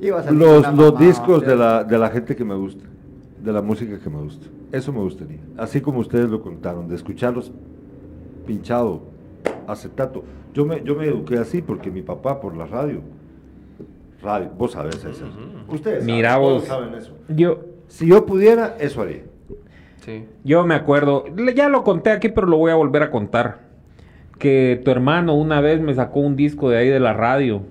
Ibas a decir los, una los mamá, discos sí. de la, de la gente que me gusta, de la música que me gusta. Eso me gustaría. Así como ustedes lo contaron, de escucharlos pinchado, acetato. Yo me, yo me eduqué así porque mi papá por la radio. Radio, vos sabés César. Ustedes saben, Mira todos vos. saben eso. Yo, Si yo pudiera, eso haría. Sí. Yo me acuerdo, le- ya lo conté aquí, pero lo voy a volver a contar. Que tu hermano una vez me sacó un disco de ahí de la radio.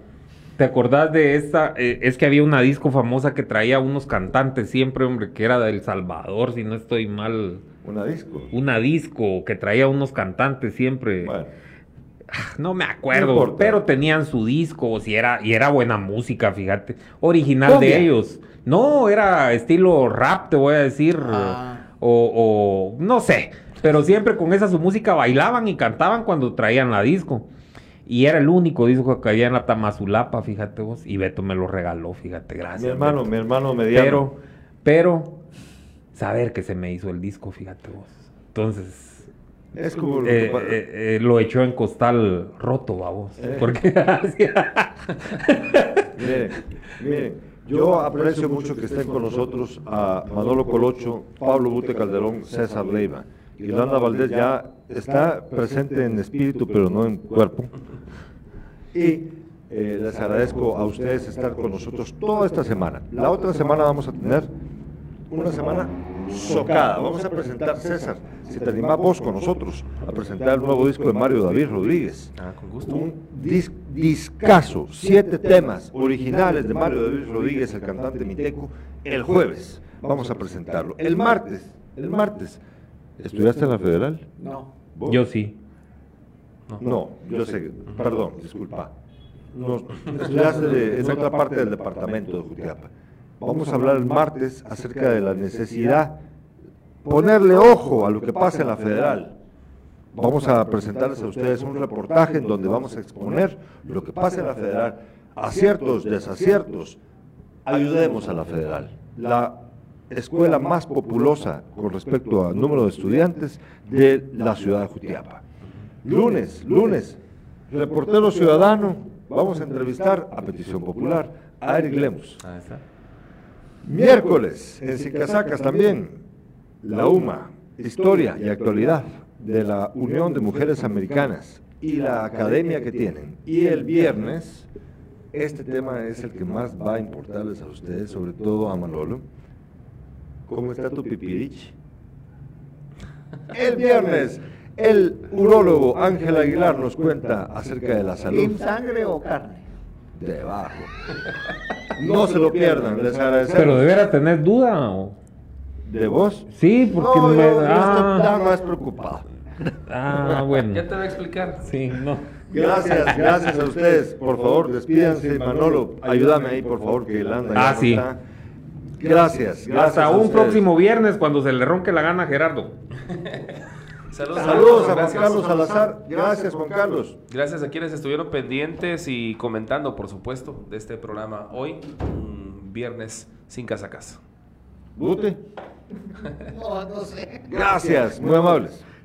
¿Te acordás de esta? Eh, es que había una disco famosa que traía unos cantantes siempre, hombre, que era de El Salvador, si no estoy mal. Una disco. Una disco que traía unos cantantes siempre. Bueno, No me No acuerdo, importa. pero tenían su disco, o si era, y era buena música, fíjate. Original Cumbia. de ellos. No, era estilo rap, te voy a decir. Ah. O, o no sé. Pero siempre con esa su música bailaban y cantaban cuando traían la disco. Y era el único disco que había en la Tamazulapa, fíjate vos. Y Beto me lo regaló, fíjate, gracias. mi hermano, Beto. mi hermano mediano. Pero, pero, saber que se me hizo el disco, fíjate vos. Entonces, es como lo que eh, pa- eh, eh, lo echó en costal roto, vamos. Eh. Porque Miren, miren, yo aprecio mucho que estén con nosotros a Manolo Colocho, Pablo Bute Calderón, César Leiva. Irlanda Valdés ya está presente en espíritu, pero no en cuerpo. Y eh, les agradezco a ustedes estar con nosotros toda esta semana. La otra semana vamos a tener una semana socada. Vamos a presentar, César, si te animás vos con nosotros, a presentar el nuevo disco de Mario David Rodríguez. Ah, con gusto. Un dis- discazo, siete temas originales de Mario David Rodríguez, el cantante miteco, el jueves. Vamos a presentarlo. El martes, el martes. ¿Estudiaste en la federal? No. ¿Vos? yo sí. No, yo sé, perdón, disculpa. No, estudiaste de- en otra parte del departamento de Jutiapa. Vamos a hablar el martes acerca de la necesidad, ponerle ojo a lo que pasa en la federal. Vamos a presentarles a ustedes un reportaje en donde vamos a exponer lo que pasa en la federal, aciertos, desaciertos. Ayudemos a la federal. La escuela más populosa con respecto al número de estudiantes de la ciudad de Jutiapa. Lunes, lunes, reportero ciudadano, vamos a entrevistar a petición popular a Eric Lemus. Ah, está. Miércoles, en Sin Casacas también, la UMA, historia y actualidad de la Unión de Mujeres Americanas y la academia que tienen. Y el viernes, este tema es el que más va a importarles a ustedes, sobre todo a Manolo. ¿Cómo está tu pipirich? El viernes, el urólogo Ángel Aguilar nos cuenta acerca de la salud. ¿Team sangre o carne? Debajo. No se lo pierdan, les agradecemos. Pero de veras tenés duda. o- ¿De vos? Sí, porque no, me- yo- yo estoy ah, tan más preocupado. ah, bueno. Ya te voy a explicar. Sí, no. Gracias, gracias a ustedes. Por favor, despídanse, Manolo. Ayúdame ahí, por favor, que Irlanda. ya Ah, no sí. está. Gracias, gracias. Hasta a un ustedes. próximo viernes cuando se le ronque la gana a Gerardo. Saludos, Saludos a Juan gracias. Carlos Salazar. Gracias, Juan Carlos. Gracias a quienes estuvieron pendientes y comentando, por supuesto, de este programa hoy, un viernes sin casacas. Bute. No, no sé. Gracias, muy amables.